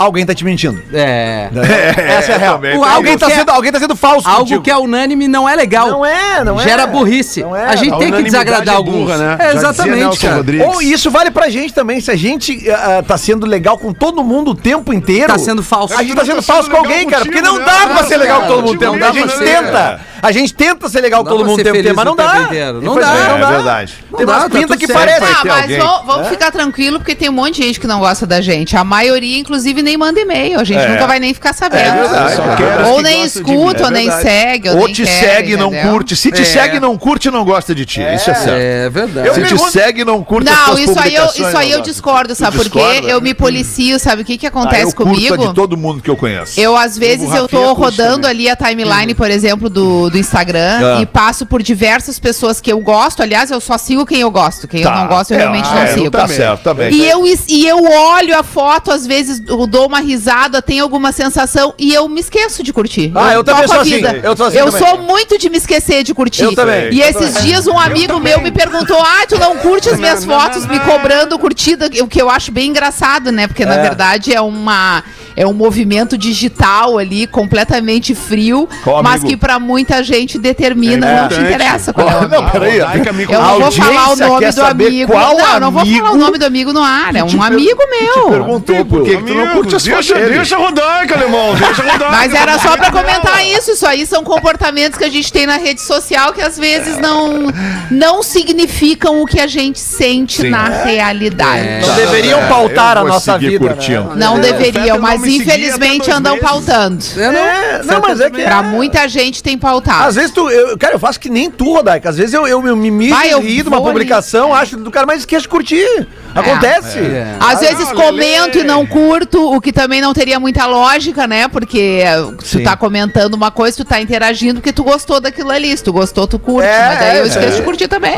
[SPEAKER 5] alguém tá te mentindo.
[SPEAKER 4] É.
[SPEAKER 5] Essa é a real.
[SPEAKER 2] também
[SPEAKER 5] O-
[SPEAKER 4] tem
[SPEAKER 5] alguém,
[SPEAKER 4] isso.
[SPEAKER 5] tá sendo, alguém tá sendo falso.
[SPEAKER 4] Algo
[SPEAKER 5] contigo.
[SPEAKER 4] que é unânime não é legal.
[SPEAKER 5] Não é, não é.
[SPEAKER 4] Gera burrice.
[SPEAKER 5] Não é,
[SPEAKER 4] a gente
[SPEAKER 5] não.
[SPEAKER 4] tem que desagradar
[SPEAKER 3] é burra,
[SPEAKER 4] alguns.
[SPEAKER 3] né?
[SPEAKER 4] É,
[SPEAKER 3] Já dizia
[SPEAKER 4] exatamente,
[SPEAKER 3] Nelson
[SPEAKER 4] cara.
[SPEAKER 3] Rodrigues.
[SPEAKER 5] Ou isso vale pra gente também. Se a gente ah, ah, tá sendo legal com todo mundo o tempo inteiro.
[SPEAKER 4] Tá sendo falso.
[SPEAKER 5] A gente tá
[SPEAKER 3] Tu
[SPEAKER 5] sendo
[SPEAKER 3] tá
[SPEAKER 5] falso
[SPEAKER 3] sendo
[SPEAKER 5] com
[SPEAKER 3] legal
[SPEAKER 5] alguém, cara. Porque
[SPEAKER 3] contigo,
[SPEAKER 5] não
[SPEAKER 3] né?
[SPEAKER 5] dá pra
[SPEAKER 3] Claro,
[SPEAKER 5] ser legal com
[SPEAKER 3] cara,
[SPEAKER 5] todo mundo o tempo
[SPEAKER 3] contigo
[SPEAKER 5] inteiro. A
[SPEAKER 3] mesmo,
[SPEAKER 5] gente
[SPEAKER 3] né,
[SPEAKER 5] tenta.
[SPEAKER 3] cara?
[SPEAKER 5] A gente tenta ser legal
[SPEAKER 4] Não
[SPEAKER 5] com todo
[SPEAKER 4] dá pra
[SPEAKER 5] mundo o
[SPEAKER 4] ser
[SPEAKER 5] tempo
[SPEAKER 4] feliz
[SPEAKER 5] inteiro, mas não
[SPEAKER 4] o tempo
[SPEAKER 5] dá.
[SPEAKER 4] inteiro.
[SPEAKER 5] E
[SPEAKER 4] Não
[SPEAKER 5] faz
[SPEAKER 4] dá.
[SPEAKER 5] bem,
[SPEAKER 4] É
[SPEAKER 2] verdade.
[SPEAKER 5] Tem
[SPEAKER 4] dá,
[SPEAKER 5] umas
[SPEAKER 4] tá
[SPEAKER 5] pintas
[SPEAKER 4] tudo
[SPEAKER 5] que
[SPEAKER 4] certo.
[SPEAKER 5] parecem.
[SPEAKER 6] Ah,
[SPEAKER 2] ter
[SPEAKER 6] mas
[SPEAKER 2] alguém. É?
[SPEAKER 6] vamos, vamos ficar tranquilo, porque tem um monte de gente que não gosta da gente. A maioria, inclusive, nem manda e-mail. A gente nunca vai nem ficar sabendo.
[SPEAKER 2] É. verdade,
[SPEAKER 3] só quero os
[SPEAKER 6] ou
[SPEAKER 3] que
[SPEAKER 6] nem
[SPEAKER 3] gostam de
[SPEAKER 6] escuta,
[SPEAKER 3] mim. É
[SPEAKER 6] ou nem segue.
[SPEAKER 2] Ou
[SPEAKER 6] nem
[SPEAKER 2] te
[SPEAKER 6] quero,
[SPEAKER 2] segue e não
[SPEAKER 6] entendeu?
[SPEAKER 2] curte. Se te
[SPEAKER 4] É.
[SPEAKER 2] segue e não curte, não gosta de ti. Isso é certo.
[SPEAKER 4] É verdade.
[SPEAKER 2] Eu Se te
[SPEAKER 5] pergunto-
[SPEAKER 2] segue e não curte, as
[SPEAKER 6] Não,
[SPEAKER 2] tuas
[SPEAKER 6] isso aí eu,
[SPEAKER 2] publicações,
[SPEAKER 6] isso aí eu
[SPEAKER 2] não gosta.
[SPEAKER 6] discordo, sabe
[SPEAKER 2] Tu
[SPEAKER 6] por quê?
[SPEAKER 2] discorda?
[SPEAKER 6] Eu me policio, sabe o que, que
[SPEAKER 2] Ah,
[SPEAKER 6] acontece
[SPEAKER 2] eu curto a
[SPEAKER 6] comigo?
[SPEAKER 2] de todo mundo que eu conheço.
[SPEAKER 6] Eu, às vezes, eu tô
[SPEAKER 3] Rafinha curte
[SPEAKER 6] rodando
[SPEAKER 2] né?
[SPEAKER 3] também.
[SPEAKER 6] ali a
[SPEAKER 2] Uhum.
[SPEAKER 6] timeline, por exemplo, do, do Instagram
[SPEAKER 2] Ah.
[SPEAKER 6] e passo por diversas pessoas que eu gosto. Aliás, eu só sigo quem eu gosto. Quem eu não gosto, eu realmente não
[SPEAKER 2] Tá. é,
[SPEAKER 6] sigo.
[SPEAKER 2] Tá certo, também.
[SPEAKER 6] E eu, es- e eu olho a foto, às vezes eu dou uma risada, tenho alguma sensação e eu me esqueço de curtir.
[SPEAKER 5] Ah, eu também
[SPEAKER 6] toco a
[SPEAKER 5] sou assim.
[SPEAKER 6] vida.
[SPEAKER 5] Eu sou assim também.
[SPEAKER 6] sou muito de me esquecer de curtir.
[SPEAKER 5] Eu também.
[SPEAKER 6] E esses dias um amigo meu me perguntou: Ah, tu não curte as minhas fotos me cobrando curtida, o que eu acho bem engraçado, né? Porque na verdade é uma. É um movimento digital ali, completamente frio,
[SPEAKER 2] Qual
[SPEAKER 6] mas
[SPEAKER 2] amigo?
[SPEAKER 6] que pra muita gente determina, não te interessa qual é o
[SPEAKER 2] Não,
[SPEAKER 6] amigo.
[SPEAKER 2] peraí. Ah,
[SPEAKER 6] Eu não vou falar o nome do amigo.
[SPEAKER 2] Qual
[SPEAKER 6] não, eu não vou falar o
[SPEAKER 2] amigo
[SPEAKER 6] nome do amigo no ar. É
[SPEAKER 2] que te
[SPEAKER 6] um
[SPEAKER 2] per-
[SPEAKER 6] amigo
[SPEAKER 2] Te
[SPEAKER 6] meu.
[SPEAKER 2] perguntou por que que tu não curte as fotos
[SPEAKER 3] deixa,
[SPEAKER 2] dele.
[SPEAKER 3] deixa rodar, hein, Calemão. Deixa rodar.
[SPEAKER 6] Mas era só
[SPEAKER 2] é
[SPEAKER 6] pra comentar isso. Isso aí são comportamentos que a gente tem na rede social que às vezes não, não significam o que a gente sente na realidade.
[SPEAKER 5] Não
[SPEAKER 2] Tá,
[SPEAKER 5] deveriam
[SPEAKER 2] é,
[SPEAKER 5] pautar
[SPEAKER 2] eu
[SPEAKER 5] a
[SPEAKER 2] vou
[SPEAKER 5] nossa
[SPEAKER 2] seguir
[SPEAKER 5] vida. né?
[SPEAKER 2] curtindo.
[SPEAKER 6] Não
[SPEAKER 3] É, o
[SPEAKER 6] deveriam,
[SPEAKER 3] Fetter
[SPEAKER 6] mas
[SPEAKER 3] não me seguia
[SPEAKER 6] infelizmente
[SPEAKER 3] até dois
[SPEAKER 6] andam
[SPEAKER 3] meses.
[SPEAKER 6] pautando.
[SPEAKER 4] Eu não,
[SPEAKER 5] É, não, mas é que.
[SPEAKER 6] Pra muita gente tem
[SPEAKER 5] Às
[SPEAKER 6] pautado.
[SPEAKER 5] vezes tu. Eu, cara, eu faço que nem tu, Rodaica. Às vezes eu, eu, eu me mijo
[SPEAKER 6] Vai, eu
[SPEAKER 5] e ri de uma
[SPEAKER 6] vou
[SPEAKER 5] publicação, acho do cara, mas esqueço de curtir. Acontece.
[SPEAKER 4] É.
[SPEAKER 5] Ah,
[SPEAKER 6] Às vezes comento e não curto, o que também não teria muita lógica, né? Porque tu
[SPEAKER 5] Sim.
[SPEAKER 6] tá comentando uma coisa, tu tá interagindo porque tu gostou daquilo ali. Se tu gostou, tu curte.
[SPEAKER 5] É,
[SPEAKER 6] mas daí eu
[SPEAKER 5] é,
[SPEAKER 6] esqueço de curtir também.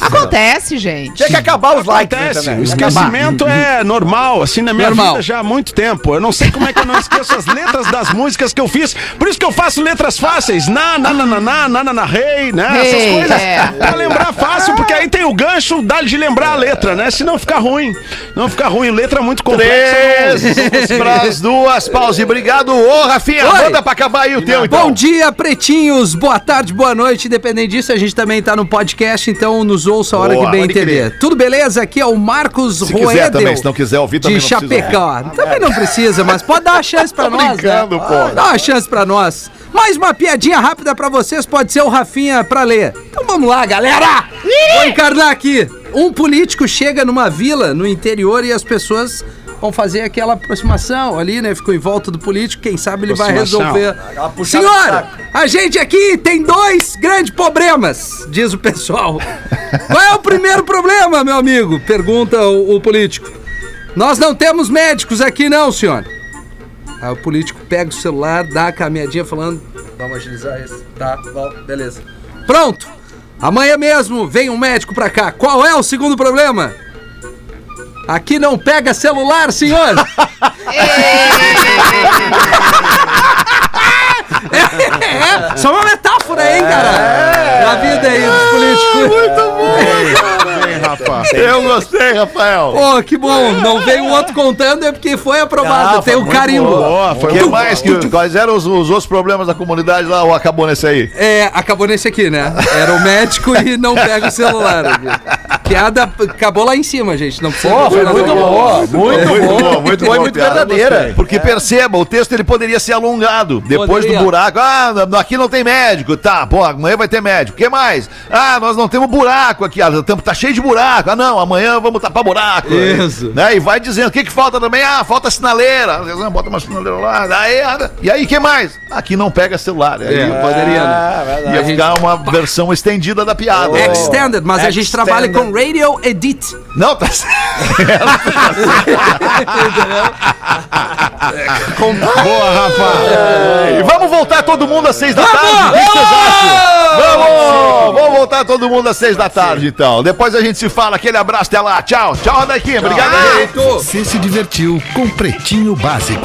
[SPEAKER 6] Acontece, gente.
[SPEAKER 5] Tinha que acabar os likes. né,
[SPEAKER 3] Acontece, o
[SPEAKER 5] também.
[SPEAKER 3] esquecimento é normal, assim, na minha
[SPEAKER 4] Normal.
[SPEAKER 3] vida já há muito tempo. Eu não sei como é que eu não esqueço as letras das músicas que eu fiz. Por isso que eu faço letras fáceis. Na, na, na, na, na, na, na, na, rei, né? Essas
[SPEAKER 6] Rei,
[SPEAKER 3] coisas.
[SPEAKER 6] é.
[SPEAKER 3] Pra lembrar fácil, porque aí tem o gancho da- de lembrar a letra, né? Se não ficar ruim. Não ficar ruim, letra muito complexa. não-
[SPEAKER 2] Três pras duas, pause. Obrigado. Ô, Rafinha,
[SPEAKER 4] Oi.
[SPEAKER 2] manda pra acabar aí o teu, então.
[SPEAKER 4] Bom dia, pretinhos. Boa tarde, boa noite. Independente disso, a gente também tá no podcast, então nos ouça a hora
[SPEAKER 2] Boa,
[SPEAKER 4] que bem
[SPEAKER 2] pode
[SPEAKER 4] entender.
[SPEAKER 2] crer.
[SPEAKER 4] Tudo beleza? Aqui é o Marcos
[SPEAKER 2] Se quiser
[SPEAKER 4] Roedel,
[SPEAKER 2] também, se não quiser ouvir também
[SPEAKER 4] de
[SPEAKER 2] não precisa ouvir. Ah, Tá
[SPEAKER 4] Chapecó. Também não precisa, mas pode dar uma chance pra nós.
[SPEAKER 2] brincando,
[SPEAKER 4] né?
[SPEAKER 2] pô.
[SPEAKER 4] Ah, Dá uma chance pra nós. Mais uma piadinha rápida pra vocês, pode ser o Rafinha pra ler. Então vamos lá, galera! Vou encarnar aqui. Um político chega numa vila no interior e as pessoas vão fazer aquela aproximação ali, né? Ficou em volta do político, quem sabe ele vai
[SPEAKER 3] Aproximação.
[SPEAKER 4] resolver. Senhora, a gente aqui tem dois grandes problemas, diz o pessoal. Qual é o primeiro problema, meu amigo? Pergunta o, o político. Nós não temos médicos aqui, não, senhor. Aí o político pega o celular, dá a caminhadinha falando: Vamos agilizar isso. Tá, bom, beleza. Pronto! Amanhã mesmo vem um médico pra cá. Qual é o segundo problema? Aqui não pega celular, senhor! É, é, só uma metáfora, hein, cara? Na vida aí dos políticos.
[SPEAKER 2] Eu gostei, Rafael.
[SPEAKER 4] Pô, que bom. Não veio o outro contando, é porque foi aprovado.
[SPEAKER 5] Ah,
[SPEAKER 4] Tem o
[SPEAKER 5] muito
[SPEAKER 4] carimbo.
[SPEAKER 2] Boa, foi que mais que, quais eram os, os outros problemas da comunidade lá ou acabou nesse aí?
[SPEAKER 4] É, acabou nesse aqui, né? Era o médico e não pega o celular. aqui. Piada p- acabou lá em cima, gente. Não precisa.
[SPEAKER 5] Pô, foi
[SPEAKER 4] continuar
[SPEAKER 5] muito
[SPEAKER 4] na-
[SPEAKER 5] boa, muito
[SPEAKER 2] Muito
[SPEAKER 5] boa,
[SPEAKER 2] boa, muito
[SPEAKER 5] Foi
[SPEAKER 2] boa
[SPEAKER 5] muito
[SPEAKER 2] piada, É.
[SPEAKER 5] verdadeira.
[SPEAKER 2] Porque perceba, o texto ele poderia ser alongado. Depois
[SPEAKER 4] Poderia.
[SPEAKER 2] do buraco, ah, n- aqui não tem médico. Tá, pô, amanhã vai ter médico. O que mais? Ah, nós não temos buraco aqui. Ah, o tempo tá cheio de buraco. Ah, não, amanhã vamos tapar buraco.
[SPEAKER 4] Isso.
[SPEAKER 2] Né? E vai dizendo, o que que falta também? Ah, falta sinaleira. Às vezes, ah, Bota uma sinaleira lá. Aí, ah, e aí, o que mais? Aqui não pega celular. Aí, poderia, né? Ia ficar uma versão estendida da piada.
[SPEAKER 4] Extended, mas a gente trabalha com Radio Edit.
[SPEAKER 2] Não, tá certo. Boa, Rafa. E vamos voltar todo mundo às seis da tarde? O que que vocês acham? Vamos! Vamos voltar todo mundo às seis da tarde, então. Depois a gente se fala. Aquele abraço, até lá. Tchau. Tchau, Rodaquinha. Obrigado aí.
[SPEAKER 1] Você se divertiu com Pretinho Básico.